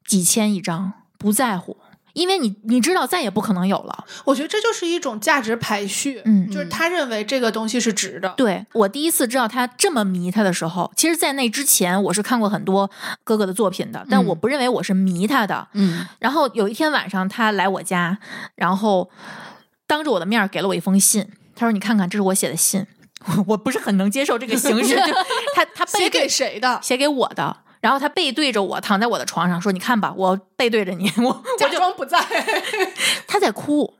C: 几千一张，不在乎，因为你你知道再也不可能有了。
B: 我觉得这就是一种价值排序。
C: 嗯
B: 就是他认为这个东西是值的。
C: 对我第一次知道他这么迷他的时候，其实，在那之前我是看过很多哥哥的作品的，但
D: 嗯
C: 我不认为我是迷他的。
D: 嗯
C: 然后有一天晚上，他来我家，然后当着我的面儿给了我一封信。他说：“你看看，这是我写的信。” 我不是很能接受这个形式，就 他他背
B: 写
C: 对
B: 给谁的？
C: 写给我的，然后他背对着我躺在我的床上说：“你看吧，我背对着你，我
B: 假装不在。
C: 他在哭，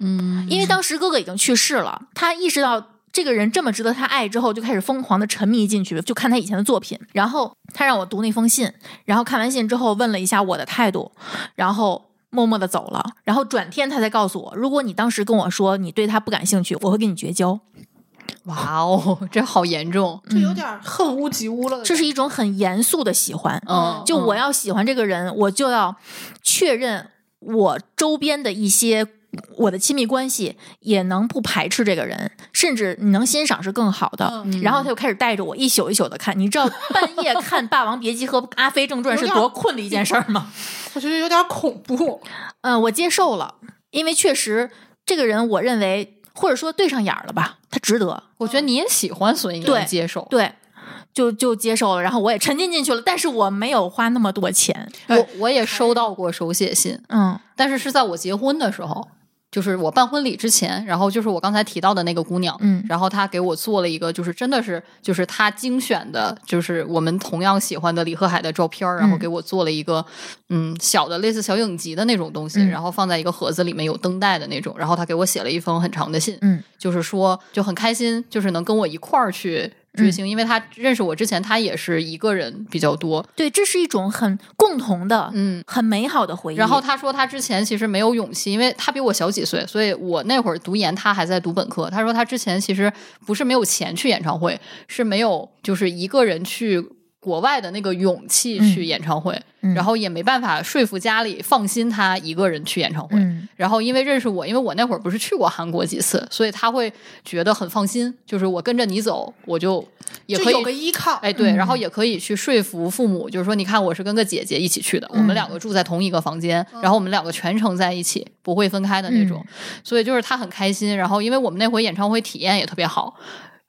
D: 嗯，
C: 因为当时哥哥已经去世了，他意识到这个人这么值得他爱之后，就开始疯狂的沉迷进去，就看他以前的作品。然后他让我读那封信，然后看完信之后问了一下我的态度，然后默默的走了。然后转天他才告诉我，如果你当时跟我说你对他不感兴趣，我会跟你绝交。
D: 哇哦，这好严重，
B: 这有点恨屋及乌了的感觉。
C: 这是一种很严肃的喜欢，
D: 嗯，
C: 就
D: 嗯
C: 我要喜欢这个人，我就要确认我周边的一些我的亲密关系也能不排斥这个人，甚至你能欣赏是更好的。
B: 嗯
C: 然后他就开始带着我一宿一宿的看，你知 道半夜看《霸王别姬》和《阿飞正传》是多困的一件事儿 吗？
B: 我觉得有点恐怖。
C: 嗯，我接受了，因为确实这个人，我认为或者说对上眼儿了吧，他值得。
D: 我觉得你也喜欢，所以你
C: 对
D: 能接受。
C: 对。就就接受了，然后我也沉浸进去了，但是我没有花那么多钱，
B: 呃
D: 我我也收到过手写信，
C: 嗯
D: 但是是在我结婚的时候，就是我办婚礼之前，然后就是我刚才提到的那个姑娘，
C: 嗯
D: 然后她给我做了一个，就是真的是就是她精选的，就是我们同样喜欢的李贺海的照片儿，然后
C: 嗯
D: 给我做了一个嗯小的类似小影集的那种东西，
C: 嗯
D: 然后放在一个盒子里面有灯带的那种，然后她给我写了一封很长的信，
C: 嗯，
D: 就是说就很开心，就是能跟我一块儿去。
C: 嗯
D: 追星，因为她认识我之前，她也是一个人比较多，
C: 对，这是一种很共同的，
D: 嗯，
C: 很美好的回忆。
D: 然后他说他之前其实没有勇气，因为他比我小几岁，所以我那会儿读研，他还在读本科。他说他之前其实不是没有钱去演唱会，是没有就是一个人去国外的那个勇气去演唱会，
C: 嗯
D: 然后也没办法说服家里放心他一个人去演唱会。
C: 嗯
D: 然后因为认识我，因为我那会儿不是去过韩国几次，所以他会觉得很放心，就是我跟着你走，我就也
B: 就
D: 可以
B: 有个依靠。
D: 哎，对，
C: 嗯
D: 然后也可以去说服父母，就是说，你看我是跟个姐姐一起去的，
C: 嗯
D: 我们两个住在同一个房间，
B: 嗯
D: 然后我们两个全程在一起，不会分开的那
C: 嗯
D: 种。所以就是他很开心，然后因为我们那回演唱会体验也特别好。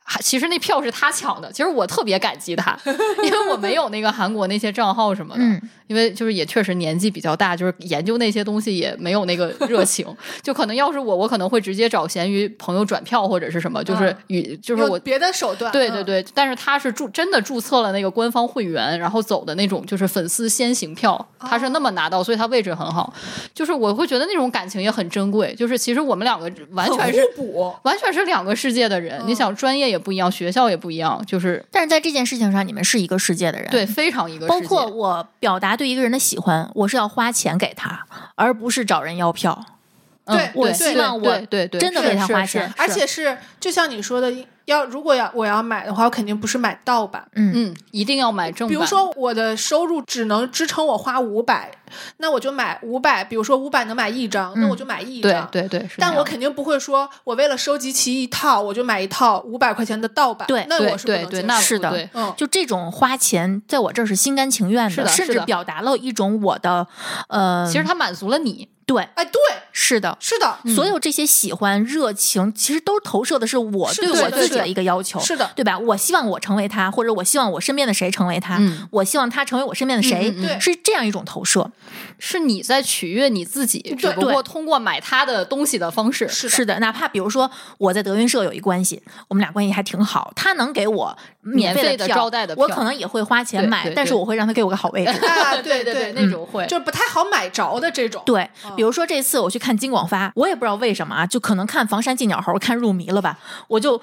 D: 还其实那票是他抢的，其实我特别感激他，因为我没有那个韩国那些账号什么的，
C: 嗯
D: 因为就是也确实年纪比较大，就是研究那些东西也没有那个热情， 就可能要是我，我可能会直接找闲鱼朋友转票或者是什么，就是
B: 嗯
D: 与、就是
B: 有
D: 我
B: 别的手段，
D: 对
B: 嗯
D: 对，对，但是他是注真的注册了那个官方会员，然后走的那种就是粉丝先行票，他是那么拿到，所以他位置很好。就是我会觉得那种感情也很珍贵，就是其实我们两个完全
E: 哦
D: 是
B: 很互补。
D: 完全是两个世界的人。你想，专业也不一样，学校也不一样，就是
C: 但是在这件事情上，你们是一个世界的人，
D: 对，，非常一个世
C: 包
D: 界
C: 括我表达对一个人的喜欢，我是要花钱给他，而不是找人要票。
D: 嗯
B: 对
C: 我
D: 对
C: 希望我
D: 对对对，
C: 真的
D: 是
C: 为他
D: 是
C: 花
D: 是
C: 钱
D: 是
B: 而且是就像你说的，要如果要我要买的话，我肯定不是买盗版。
C: 嗯
D: 嗯，一定要买正
B: 比
D: 版。
B: 如说，我的收入只能支撑我花五百
E: 那我就买五百，比如说五百能买一张，那我就买一
D: 嗯对
E: 张。
D: 对对，是那
E: 但
D: 样
E: 我肯定不会说，我为了收集齐一套，我就买一套五百块钱的盗版。
C: 对
E: 那
D: 对
E: 我是不
D: 对
E: 能
D: 对
E: 接
D: 那
E: 受
D: 不
C: 是的
D: 对
E: 嗯，
C: 就这种花钱，在我这儿是心甘情愿的，
D: 哦是的
C: 甚
D: 是
C: 至
D: 的
C: 表达了一种我的呃，
D: 其实它满足了你，
C: 对，
E: 哎，对，
C: 是的。
E: 是的，啊
D: 嗯
C: 所有这些喜欢、热情，其实都投射的是我
E: 是的
C: 对我
E: 是的
C: 自
E: 是
C: 己的
E: 的
C: 一个要求，
E: 是的，
C: 对吧？我希望我成为他，或者我希望我身边的谁成为他，
D: 嗯
C: 我希望他成为我身边的谁，
D: 嗯嗯
E: 嗯
C: 是这样一种投射。
D: 是你在取悦你自己，只不
C: 对
D: 过通过买他的东西的方式。
E: 是的，
C: 是的，哪怕比如说我在德云社有一关系，我们俩关系还挺好，他能给我免
D: 免费
C: 的
D: 的
C: 票
D: 招待的
C: 我
D: 票
C: 可能也会花钱
D: 对
C: 买，
D: 对
C: 但是
D: 对
C: 我会让他给我个好位置。
E: 啊，
D: 对
E: 对对，
D: 对，那种会，
E: 就不太好买着的这种。
C: 对
E: 嗯，
C: 比如说这次我去看金广发，我也不知道为什么啊，就可能看《房山进鸟猴》看入迷了吧，我就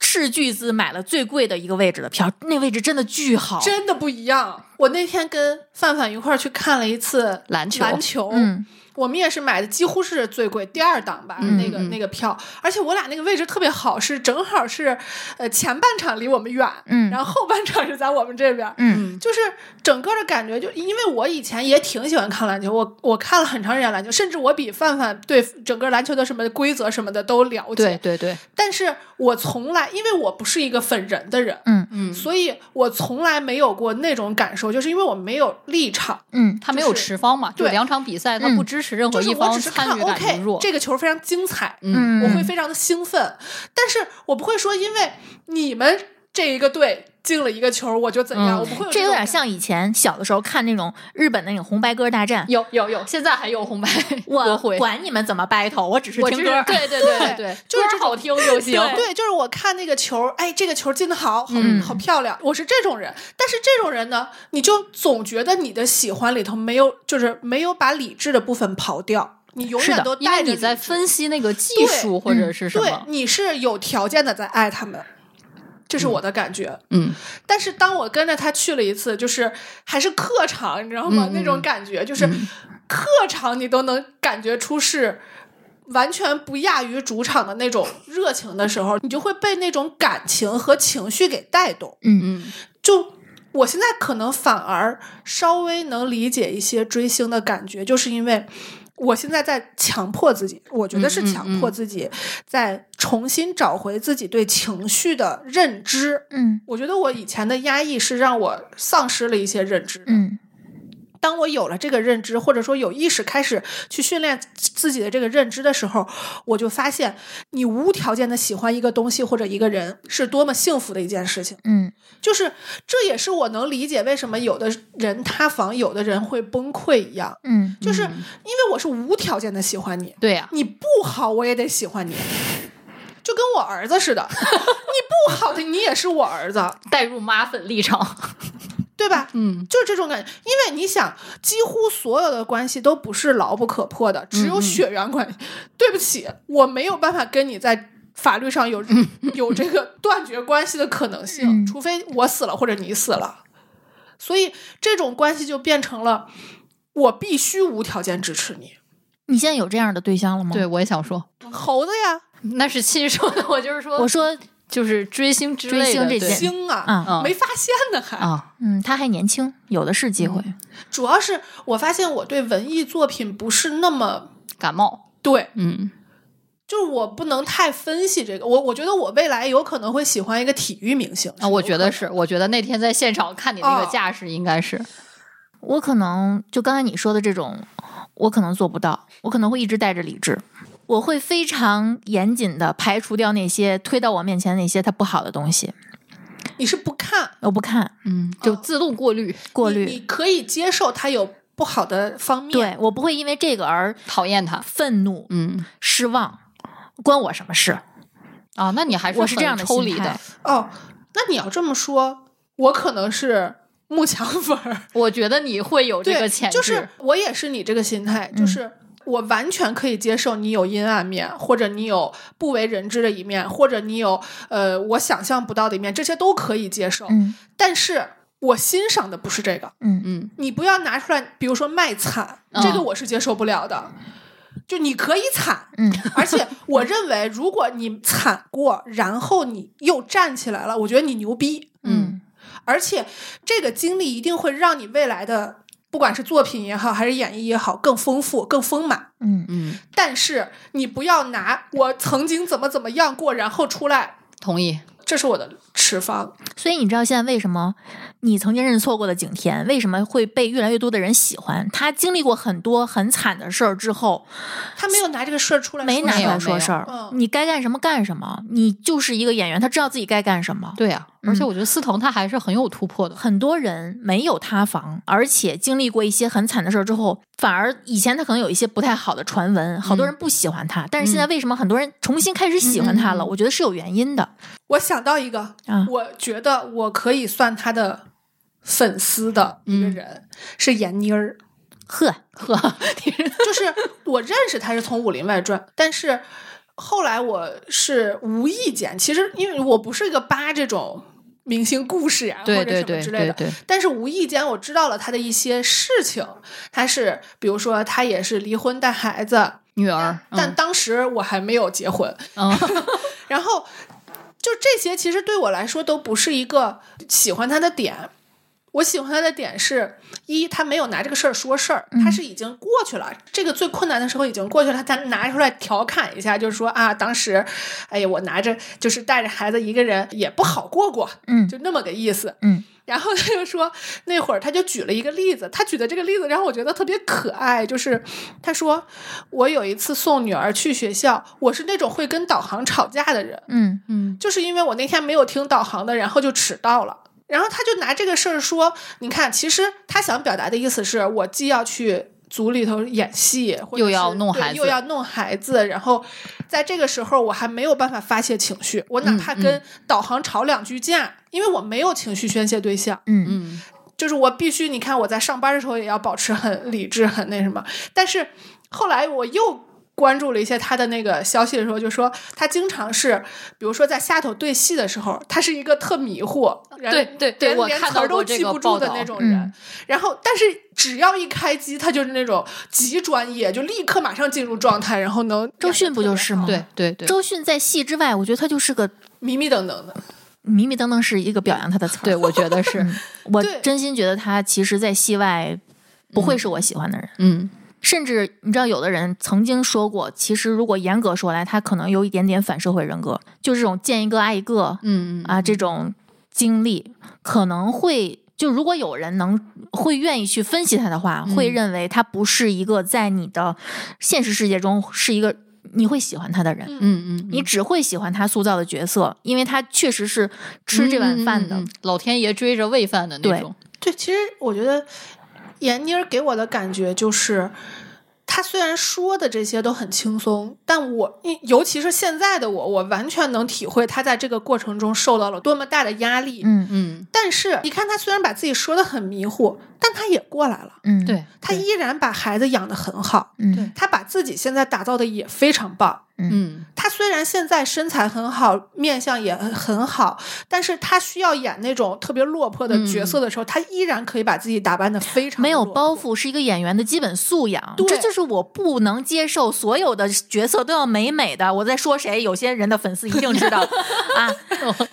C: 斥巨资买了最贵的一个位置的票，那位置真的巨好，
E: 真的不一样。我那天跟范范一块儿去看了一次
D: 篮球
E: 篮球，
C: 嗯，
E: 我们也是买的几乎是最贵第二档吧，
D: 嗯
E: 那个
D: 嗯
E: 那个票，而且我俩那个位置特别好，是正好是，呃，前半场离我们远，
C: 嗯
E: 然后后半场是在我们这边，
C: 嗯
E: 就是整个的感觉就，因为我以前也挺喜欢看篮球，我我看了很长时间篮球，甚至我比范范对整个篮球的什么规则什么的都了解，
D: 对对对，
E: 但是我从来，因为我不是一个粉人的人，
C: 嗯
D: 嗯
E: 所以我从来没有过那种感受，就是因为我没有立场，
C: 嗯
D: 他没有
E: 就是
D: 持方嘛，就
E: 对
D: 两场比赛他
C: 嗯
D: 不支持任
E: 就
D: 何
E: 是
D: 一
E: 我
D: 方
E: 只是看
D: 参与感
E: OK
D: 薄弱。
E: 这个球非常精彩，
D: 嗯
E: 我会非常的兴奋，但是我不会说因为你们这一个队进了一个球我就怎样，
D: 嗯
E: 我不会有
C: 这有
E: 种
C: 点
E: 感觉。
C: 像以前小的时候看那种日本的那种红白歌大战，
D: 有有有，现在还有红白
C: 我
D: 国徽，
C: 管你们怎么 battle，我只是
D: 我
C: 听
D: 就是
C: 歌。
D: 对对对对对，
E: 就是
D: 歌好听就行。
E: 对，就是我看那个球，哎，这个球进的好，好、
D: 嗯
E: 好漂亮。我是这种人，但是这种人呢，你就总觉得你的喜欢里头没有，就是没有把理智的部分刨掉，你永
C: 是的
E: 远都
D: 因为
E: 带着
D: 你在
E: 理智
D: 分析那个技
E: 对
D: 术或者是什
E: 对
D: 么，，
E: 你是有条件的在爱他们，这是我的感觉。
D: 嗯，
E: 但是当我跟着他去了一次，就是还是客场，你知道吗？
D: 嗯嗯嗯
E: 那种感觉就是客场，你都能感觉出是。完全不亚于主场的那种热情的时候，你就会被那种感情和情绪给带动。
D: 嗯
E: 就我现在可能反而稍微能理解一些追星的感觉，就是因为我现在在强迫自己，我觉得是
D: 嗯嗯
E: 强迫
D: 嗯
E: 自己在重新找回自己对情绪的认知。
C: 嗯
E: 我觉得我以前的压抑是让我丧失了一些认知的。
C: 嗯
E: 当我有了这个认知，或者说有意识开始去训练自己的这个认知的时候，我就发现，你无条件的喜欢一个东西或者一个人，是多么幸福的一件事情。
C: 嗯
E: 就是这也是我能理解为什么有的人塌房，有的人会崩溃一样，
C: 嗯
E: 就是因为我是无条件的喜欢你，
D: 对呀、
E: 你不好我也得喜欢你， 就跟我儿子似 的，你不好的你也是我儿子，
D: 带入妈粉立场，
E: 对吧？
D: 嗯，
E: 就是这种感觉，因为你想，几乎所有的关系都不是牢不可破
D: 嗯
E: 的，只有血缘关系。对不起，我没有办法跟你在法律上有 有这个断绝关系的可能性，
C: 嗯
E: 除非我死了或者你死了。所以这种关系就变成了我必须无条件支持你，
C: 你现在有这样的对象了吗？
D: 对，，我也想说，
E: 猴子呀，
D: 那是亲生的，我就是说，
C: 我说，
D: 就是追星之类的
C: 追星这
D: 对
C: 件事
E: 精啊，
C: 啊
D: 嗯
E: 没发现呢还。
D: 啊，
C: 嗯，他还年轻，有的是机会。
E: 主要是我发现我对文艺作品不是那么
D: 感冒，
E: 对，
D: 嗯
E: 就是我不能太分析这个，我我觉得我未来有可能会喜欢一个体育明星
D: 啊，我
E: 有
D: 觉
E: 可
D: 得
E: 能
D: 是，我觉得那天在现场看你那个
E: 哦
D: 架势，应该是、
C: 我可能就刚才你说的这种，我可能做不到，我可能会一直带着理智，我会非常严谨的排除掉那些推到我面前那些它不好的东西，
E: 你是不看
C: 我不看
D: 嗯，就自动过滤，
C: 过
E: 你，你
C: 滤，
E: 可以接受他有不好的方面，
C: 对我不会因为这个而
D: 讨厌他，
C: 愤怒、
D: 嗯
C: 失望，关我什么事？
D: 啊，那你还
C: 我是这
D: 很
C: 样的
D: 抽
C: 心
D: 离
C: 态
D: 的，
E: 哦，那你要这么说，我可能是慕强粉儿，
D: 我觉得你会有这
E: 对
D: 个潜，质，嗯
E: 就是我也是你这个心态，就是。我完全可以接受你有阴暗面，或者你有不为人知的一面，或者你有呃我想象不到的一面，这些都可以接受。
C: 嗯
E: 但是我欣赏的不是这个，
C: 嗯
D: 嗯，
E: 你不要拿出来，比如说卖惨，
D: 嗯
E: 这个我是接受不了的。就你可以惨，
C: 嗯，
E: 而且我认为，如果你惨过，然后你又站起来了，我觉得你牛逼，
C: 嗯
E: 而且这个经历一定会让你未来的不管是作品也好，还是演绎也好，更丰富、更丰满。
C: 嗯，
D: 嗯，
E: 但是你不要拿我曾经怎么怎么样过，然后出来，
D: 同意。
E: 这是我的持方。
C: 所以你知道现在为什么你曾经认错过的景甜，为什么会被越来越多的人喜欢？她经历过很多很惨的事儿之后，
E: 他没有拿这个事儿出来说
C: 没拿出
D: 有
C: 来
D: 没
C: 说
D: 有
C: 事儿
E: 嗯，
C: 你该干什么干什么，你就是一个演员，他知道自己该干什
E: 哦
C: 么。
D: 对啊，
E: 嗯
D: 而且我觉得思彤她还是很有突破的。
C: 很多人没有塌房，而且经历过一些很惨的事儿之后，反而以前他可能有一些不太好的传闻，好多人不喜欢他，但是现在为什么很多人重新开始喜欢他了？
D: 嗯嗯嗯嗯
C: 我觉得是有原因的
E: 我想到一个，
C: 啊。
E: 我觉得我可以算他的粉丝的一
C: 嗯
E: 个人、是闫妮儿，
C: 呵，
D: 呵，
E: 就是我认识她是从《武林外传》，但是后来我是无意间，其实因为我不是一个扒这种明星故事呀、
D: 对
E: 或者什
D: 对
E: 么
D: 对
E: 之类
D: 对
E: 的，
D: 对，
E: 但是无意间我知道了她的一些事情，她是比如说她也是离婚带孩子，
D: 女儿，
E: 但当时我还没有结婚，
D: 嗯嗯
E: 然后就这些，其实对我来说都不是一个喜欢他的点。我喜欢他的点是一，他没有拿这个事儿说事儿，他是已经过去了，这个最困难的时候已经过去了，他拿出来调侃一下，就是说啊，当时，哎呀，我拿着就是带着孩子一个人也不好过过，
C: 嗯
E: 就那么个意思。
C: 嗯，
E: 然后他就说，那会儿他就举了一个例子，他举的这个例子让我觉得特别可爱，就是他说我有一次送女儿去学校，我是那种会跟导航吵架的人，
C: 嗯
D: 嗯，
E: 就是因为我那天没有听导航的，然后就迟到了。然后他就拿这个事儿说，你看，其实他想表达的意思是我既要去组里头演戏，或者
D: 又要
E: 是
D: 弄
E: 对
D: 孩子
E: 又要弄孩子，然后在这个时候我还没有办法发泄情绪，我哪
D: 嗯
E: 怕
D: 嗯
E: 跟导航吵两句架，因为我没有情绪宣泄对象。
C: 嗯
D: 嗯
E: 就是我必须，你看我在上班的时候也要保持很理智，很那什么。但是后来我又关注了一些他的那个消息的时候，就说他经常是，比如说在下头对戏的时候，他是一个特迷糊，人
D: 对对对
E: 人
D: 我
E: 连
D: 看
E: 词儿
D: 到
E: 都
D: 过这
E: 记
D: 个
E: 不住
D: 报
E: 的
D: 道
E: 那种人
C: 嗯。
E: 然后，但是只要一开机，他就是那种极专业，就立刻马上进入状态，然后能
C: 周迅不就是吗？
E: 嗯
D: 对对 对，
C: 周迅在戏之外，我觉得她就是个
E: 迷迷瞪瞪的？
C: 迷迷瞪瞪，是一个表扬她的词儿。
D: 对，我觉得是，
C: 我
E: 对
C: 真心觉得她其实，在戏外不会是我喜欢的人。
D: 嗯
C: 甚至你知道，有的人曾经说过，其实如果严格说来，他可能有一点点反社会人格，就这种见一个爱一个
D: 嗯嗯
C: 啊，这种经历可能会。就如果有人能会愿意去分析他的话，
D: 嗯
C: 会认为他不是一个在你的现实世界中是一个你会喜欢他的人，
D: 嗯嗯，
C: 你只会喜欢他塑造的角色，因为他确实是吃这碗饭的。
D: 嗯嗯嗯老天爷追着喂饭的那
C: 对
D: 种，
E: 对，其实我觉得闫妮儿给我的感觉就是，她虽然说的这些都很轻松，但我尤其是现在的我，我完全能体会她在这个过程中受到了多么大的压力。
C: 嗯
D: 嗯，
E: 但是你看，她虽然把自己说的很迷糊，但她也过来了，
C: 嗯，
D: 对，
E: 她
D: 对
E: 依然把孩子养得很好，
C: 嗯，
D: 对
E: 她把自己现在打造的也非常棒。
D: 嗯
E: 她虽然现在身材很好，面相也很好，但是她需要演那种特别落魄的角色的时候，她依然可以把自己打扮的非常
C: 嗯没
E: 落
C: 有
E: 魄
C: 包袱是一个演员的基本素养，
E: 对
C: 这就是我不能接受所有的角色都要美美的。我在说谁？有些人的粉丝一定 知道啊，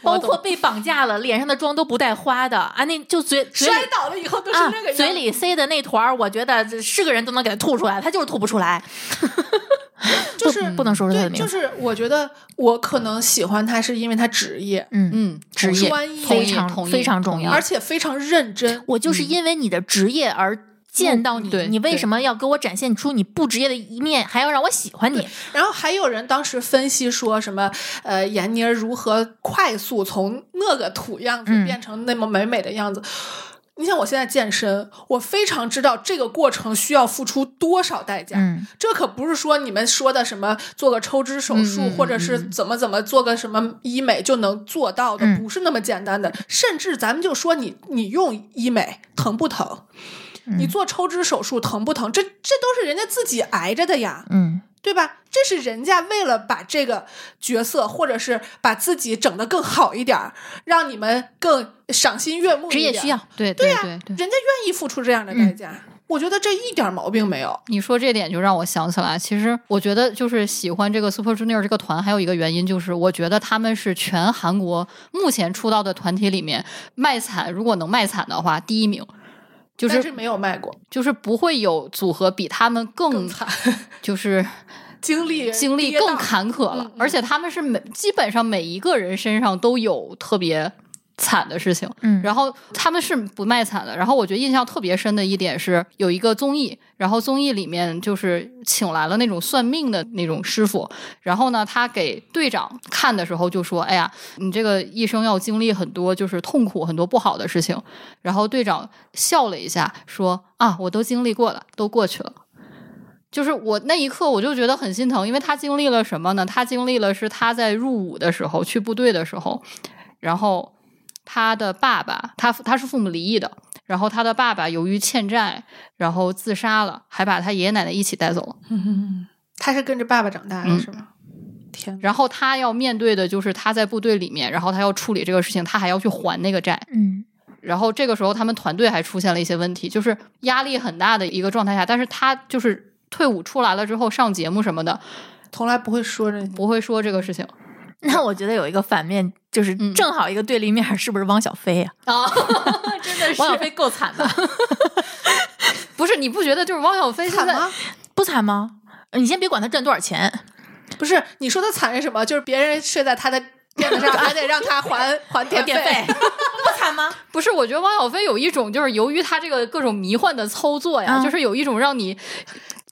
C: 包括被绑架了，脸上的妆都不带花的啊，那就嘴嘴里
E: 摔倒了以后都是
C: 啊
E: 那个、样，
C: 嘴里塞的那团儿，我觉得这是个人都能给他吐出来，他就是吐不出来，
E: 就是
C: 不不能说出他的
E: 对，
C: 名字。
E: 就是我觉得我可能喜欢他是因为他职业，
C: 嗯，
D: 嗯，职业
E: 专业
D: 同
C: 非
D: 意
C: 常
D: 同意
C: 非常重
D: 同意
C: 要
E: 而且非常认真。
C: 我就是因为你的职业而。见到你，
D: 嗯对
C: 你为
D: 对
C: 什么要给我展现出你不职业的一面，还要让我喜欢你？
E: 然后还有人当时分析说什么，呃，闫妮儿如何快速从那个土样子
C: 嗯
E: 变成那么美美的样子。你像我现在健身，我非常知道这个过程需要付出多少代
D: 啊
E: 价。
C: 嗯，
E: 这可不是说你们说的什么做个抽脂手术，
D: 嗯嗯嗯
E: 或者是怎么怎么做个什么医美就能做到的，
C: 嗯
E: 不是那么简单的。甚至咱们就说你你用医美疼不疼？
D: 嗯
E: 你做抽脂手术疼不疼？这这都是人家自己挨着的呀，
C: 嗯，
E: 对吧？这是人家为了把这个角色，或者是把自己整得更好一点儿，让你们更赏心悦目一
C: 职
E: 点。
C: 业需要，
D: 对对对对
E: 人。家愿意付出这样的
D: 嗯
E: 代价，我觉得这一点毛病没有。
D: 你说这点就让我想起来，其实我觉得就是喜欢这个 Super Junior 这个团，还有一个原因就是，我觉得他们是全韩国目前出道的团体里面卖惨，如果能卖惨的话，第一名。就
B: 但
D: 是
B: 是没有卖过，
D: 就是不会有组合比他们更
B: 更惨，
D: 就是
B: 经历
D: 经历
B: 跌宕
D: 更坎坷了
B: 嗯嗯，
D: 而且他们是每基本上每一个人身上都有特别惨的事情，
C: 嗯
D: 然后他们是不卖惨的。然后我觉得印象特别深的一点是有一个综艺，然后综艺里面就是请来了那种算命的那种师傅，然后呢，他给队长看的时候就说：“哎呀，你这个一生要经历很多就是痛苦，很多不好的事情。”然后队长笑了一下，说：“啊，我都经历过了，都过去了。”就是我那一刻，我就觉得很心疼，因为他经历了什么呢？他经历了是他在入伍的时候，去部队的时候，然后他的爸爸，他他是父母离异的，然后他的爸爸由于欠债，然后自杀了，还把他爷爷奶奶一起带走了。
B: 他是跟着爸爸长大的，
D: 嗯
B: 是吗？天哪，
D: 然后他要面对的就是他在部队里面，然后他要处理这个事情，他还要去还那个债。
C: 嗯
D: 然后这个时候他们团队还出现了一些问题，就是压力很大的一个状态下，但是他就是退伍出来了之后上节目什么的，
B: 从来不会说这
D: 不会说这个事情。
C: 那我觉得有一个反面，就是
D: 嗯
C: 正好一个对立面，是不是汪小菲啊？
D: 啊，真的
C: 汪小菲够惨的，
D: 不是你不觉得就是汪小菲现
B: 惨
D: 在
B: 吗？
C: 不惨吗？你先别管他赚多少钱，
B: 不是，你说的惨是什么？就是别人睡在他的垫子上，还得让 他还还电
C: 电费 不惨吗？
D: 不是？我觉得汪小菲有一种就是由于他这个各种迷幻的操作呀，
C: 嗯
D: 就是有一种让你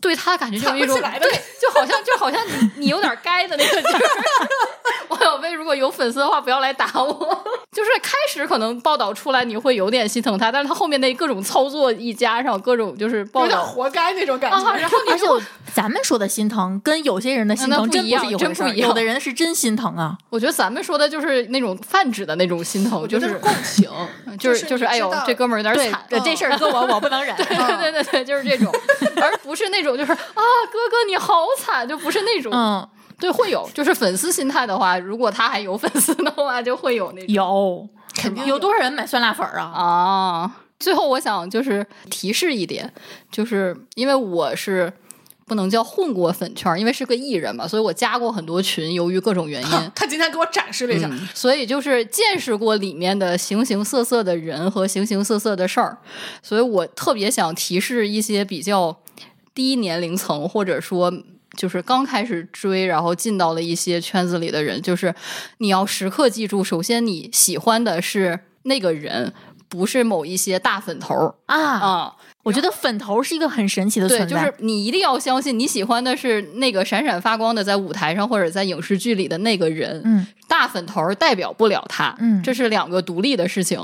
D: 对他的感觉就有一
B: 不
D: 种
B: 起来的
D: 对，就好像就好像你你有点该的那个劲儿。 汪小菲如果有粉丝的话，不要来打我。就是开始可能报道出来你会有点心疼他，但是他后面那各种操作一加上各种就是报
B: 有点
D: 道。
B: 活该那种感
D: 啊，
B: 觉。
D: 然后
C: 而
D: 你
C: 且
D: 就
C: 我咱们说的心疼，跟有些人的心
D: 那
C: 疼
D: 不
C: 真
D: 一
C: 不是
D: 样
C: 一
D: 真
C: 回事
D: 不
C: 儿。
D: 一样
C: 有的人是真心疼啊，
D: 我觉得咱们说的就是那种泛指的那种心疼，
B: 觉
D: 就
B: 得
D: 是
B: 共情，
D: 就是
B: 就是
D: 是，哎呦
B: 你知道，
D: 这哥们儿有点
C: 对
D: 惨，哦
C: 对，
B: 嗯
C: 这事儿搁我我不能忍。
D: 对对对对，就是这种，而不是那种就是啊，哥哥你好惨，就不是那种。
C: 嗯，
D: 对，会有，就是粉丝心态的话，如果他还有粉丝的话，就会有那种
C: 有，
B: 肯定
C: 有多少人买酸辣粉儿啊？
D: 啊。最后，我想就是提示一点，就是因为我是不能叫混过粉圈，因为是个艺人嘛，所以我加过很多群，由于各种原因
B: 哼。他今天给我展示了一下，
D: 嗯所以就是见识过里面的形形色色的人和形形色色的事儿，所以我特别想提示一些比较低年龄层或者说。就是刚开始追，然后进到了一些圈子里的人，就是你要时刻记住，首先你喜欢的是那个人，不是某一些大粉头儿
C: 啊，
D: 啊、
C: 我觉得粉头是一个很神奇的
D: 对，
C: 存在，
D: 就是你一定要相信，你喜欢的是那个闪闪发光的，在舞台上或者在影视剧里的那个人。
C: 嗯，
D: 大粉头儿代表不了他，
C: 嗯
D: 这是两个独立的事情。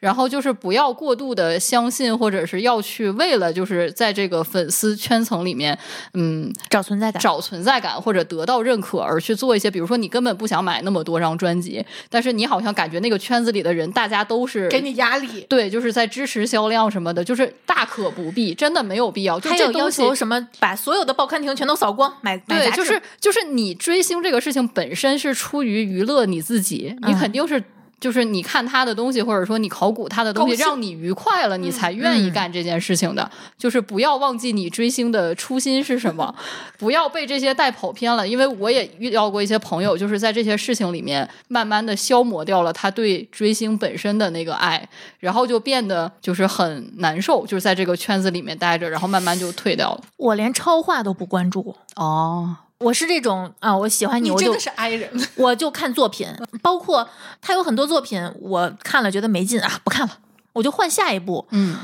D: 然后就是不要过度的相信，或者是要去为了就是在这个粉丝圈层里面，嗯，
C: 找存在感。
D: 找存在感或者得到认可而去做一些，比如说你根本不想买那么多张专辑，但是你好像感觉那个圈子里的人大家都是
B: 给你压力，
D: 对，就是在支持销量什么的，就是大可不必，真的没有必要。就
C: 还
D: 这
C: 有
D: 东
C: 要
D: 西
C: 求什么？把所有的报刊亭全都扫光，买买
D: 对，
C: 杂
D: 就
C: 志
D: 是就是你追星这个事情本身是出于娱乐你自己，你
C: 嗯
D: 肯定是。就是你看他的东西，或者说你考古他的东西，
B: 高兴
D: 让你愉快了，
C: 嗯
D: 你才愿意干这件事情的。就是不要忘记你追星的初心是什么， 不要被这些带跑偏了。因为我也遇到过一些朋友，就是在这些事情里面慢慢的消磨掉了他对追星本身的那个爱，然后就变得就是很难受，就是在这个圈子里面待着，然后慢慢就退掉了。
C: 我连超话都不关注。
D: 哦，
C: 我是这种啊，我喜
D: 嗯
C: 欢你，
B: 你
C: 我
B: 真
C: 就
B: 的是 i 人，
C: 我就看作品，包括他有很多作品，我看了觉得没劲啊，不看了，我就换下一部。
D: 嗯，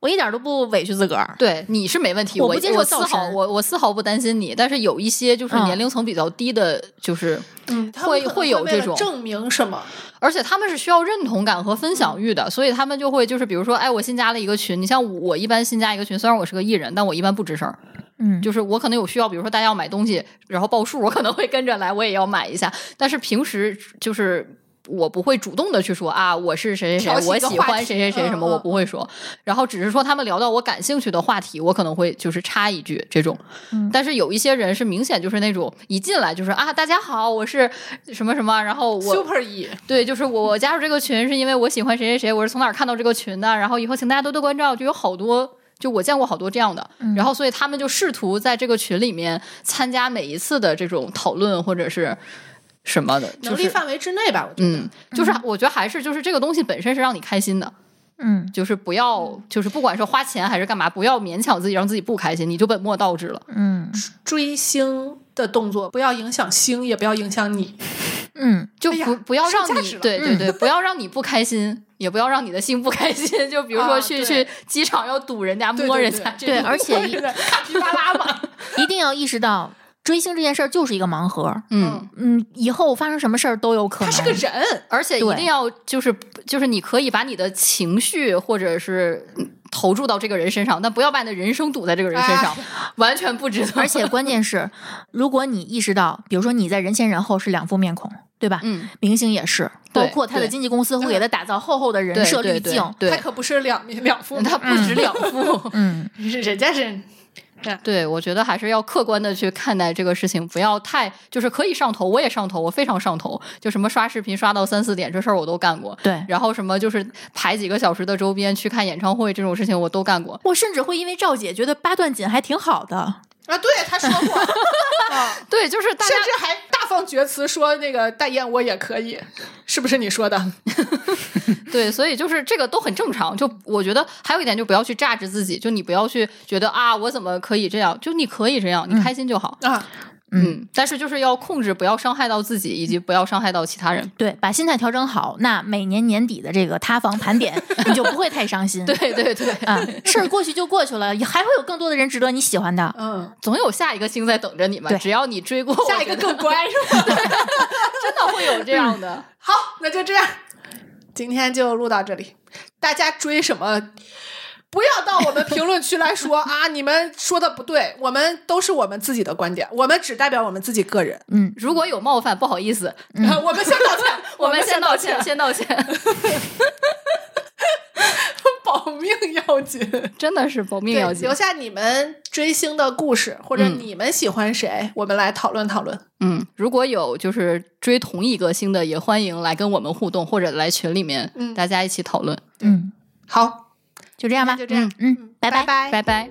C: 我一点都不委屈自个儿。
D: 对，你是没问题，
C: 我
D: 我
C: 不接受
D: 我丝
C: 造
D: 毫
C: 神
D: 我我丝毫不担心你，但是有一些就是
C: 嗯
D: 年龄层比较低的，就是
B: 嗯，他们
D: 会
B: 可能
D: 会有
B: 为了
D: 这种
B: 证明什么？
D: 而且他们是需要认同感和分
B: 嗯
D: 享欲的，所以他们就会就是比如说，哎，我新加了一个群，你像我一般新加一个群，虽然我是个艺人，但我一般不吱声儿，
C: 嗯，
D: 就是我可能有需要，比如说大家要买东西，然后报数，我可能会跟着来，我也要买一下，但是平时就是。我不会主动的去说啊，我是谁谁
B: 挑
D: 谁，
B: 起
D: 我
B: 一个
D: 喜
B: 话
D: 欢
B: 题
D: 谁谁谁什么，
B: 嗯嗯
D: 我不会说。然后只是说他们聊到我感兴趣的话题，我可能会就是插一句这种。
B: 嗯
D: 但是有一些人是明显就是那种一进来就是啊，大家好，我是什么什么，然后我
B: Super E，
D: 对，就是我我加入这个群是因为我喜欢谁谁谁，我是从哪儿看到这个群的，然后以后请大家多多关照，就有好多。就我见过好多这样的，然后所以他们就试图在这个群里面参加每一次的这种讨论或者是什么的，就
B: 能力
D: 是
B: 范围之内吧，我觉得。
D: 嗯，就是我觉得还是就是这个东西本身是让你开心的，
C: 嗯，
D: 就是不要，就是不管是花钱还是干嘛，不要勉强自己让自己不开心，你就本末倒置了。
C: 嗯
E: 追星的动作，不要影响星，也不要影响你。
C: 嗯
D: 就
E: 哎呀
D: 不、不要
E: 上
D: 让
E: 价
D: 你
E: 值了
D: 对对对，不要让你不开心，也不要让你的心不开心。就比如
E: 啊
D: 说去、
E: 对
D: 去机场要堵人家、
E: 对
D: 摸
E: 对
D: 人
E: 对
D: 家，这
C: 对，
D: 种
C: 而且一
E: 对对，卡皮 巴拉嘛，
C: 一定要意识到，追星这件事儿就是一个盲盒。
D: 嗯，
C: 嗯，以后发生什么事儿都有可
E: 他
C: 能。
E: 是个人，
D: 而且一
C: 对
D: 定要就是就是你可以把你的情绪或者是嗯投注到这个人身上，但不要把你的人生堵在这个人身
E: 哎
D: 上，完全不 值得。
C: 而且关键是，如果你意识到，比如说你在人前人后是两副面孔，对吧？
D: 嗯，
C: 明星也是，
D: 对
C: 包括他的
D: 对
C: 经纪公司会给他打造厚厚的人
D: 对
C: 设
D: 对
C: 滤
D: 对
C: 镜。
D: 对嗯
E: 他可不是两面两副，
D: 他不止两副。
C: 嗯，
E: 人家是
D: 对，我觉得还是要客观的去看待这个事情，不要太就是可以上头，我也上头，我非常上头，就什么刷视频刷到三四点这事儿我都干过，
C: 对。
D: 然后什么就是排几个小时的周边去看演唱会这种事情我都干过。
C: 我甚至会因为赵姐觉得八段锦还挺好的，
E: 啊，对，他说 过，啊
D: 对，就是大家
E: 甚至还大放厥词说那个大雁我也可以，是不是你说的？
D: 对，所以就是这个都很正常。就我觉得还有一点，就不要去榨制自己，就你不要去觉得啊，我怎么可以这样？就你可以这样，你开心就好。
E: 啊，
C: 嗯
D: 但是就是要控制，不要伤害到自己，以及不要伤害到其他人。
C: 对，把心态调整好，那每年年底的这个塌房盘点，你就不会太伤 心。
D: 对对对，
C: 啊，
E: 嗯
C: 事儿过去就过去了，也还会有更多的人值得你喜欢的。
E: 嗯，
D: 总有下一个星在等着你嘛。
C: 对
D: 只要你追过，
E: 下
D: 我
E: 一个
D: 觉得
E: 更乖是吧？
D: 真的会有这样的。
E: 好，那就这样，今天就录到这里。大家追什么？不要到我们评论区来说 啊，你们说的不对，我们都是我们自己的观点，我们只代表我们自己个人。
C: 嗯，
D: 如果有冒犯，不好意思，
E: 我们先道歉，
D: 嗯 我们
E: 先
D: 先道歉，，先道歉。
E: 保命要紧。
D: 真的是保命要
E: 对，
D: 紧
E: 留。下你们追星的故事，或者
D: 嗯
E: 你们喜欢谁，我们来讨论讨论。
D: 嗯，如果有就是追同一个星的，也欢迎来跟我们互动，或者来群里面、
E: 嗯
D: 大家一起讨论。
C: 嗯，
E: 好，
C: 就这样吧
E: 就。这样，
C: 嗯，拜拜。
E: 拜
D: 拜拜。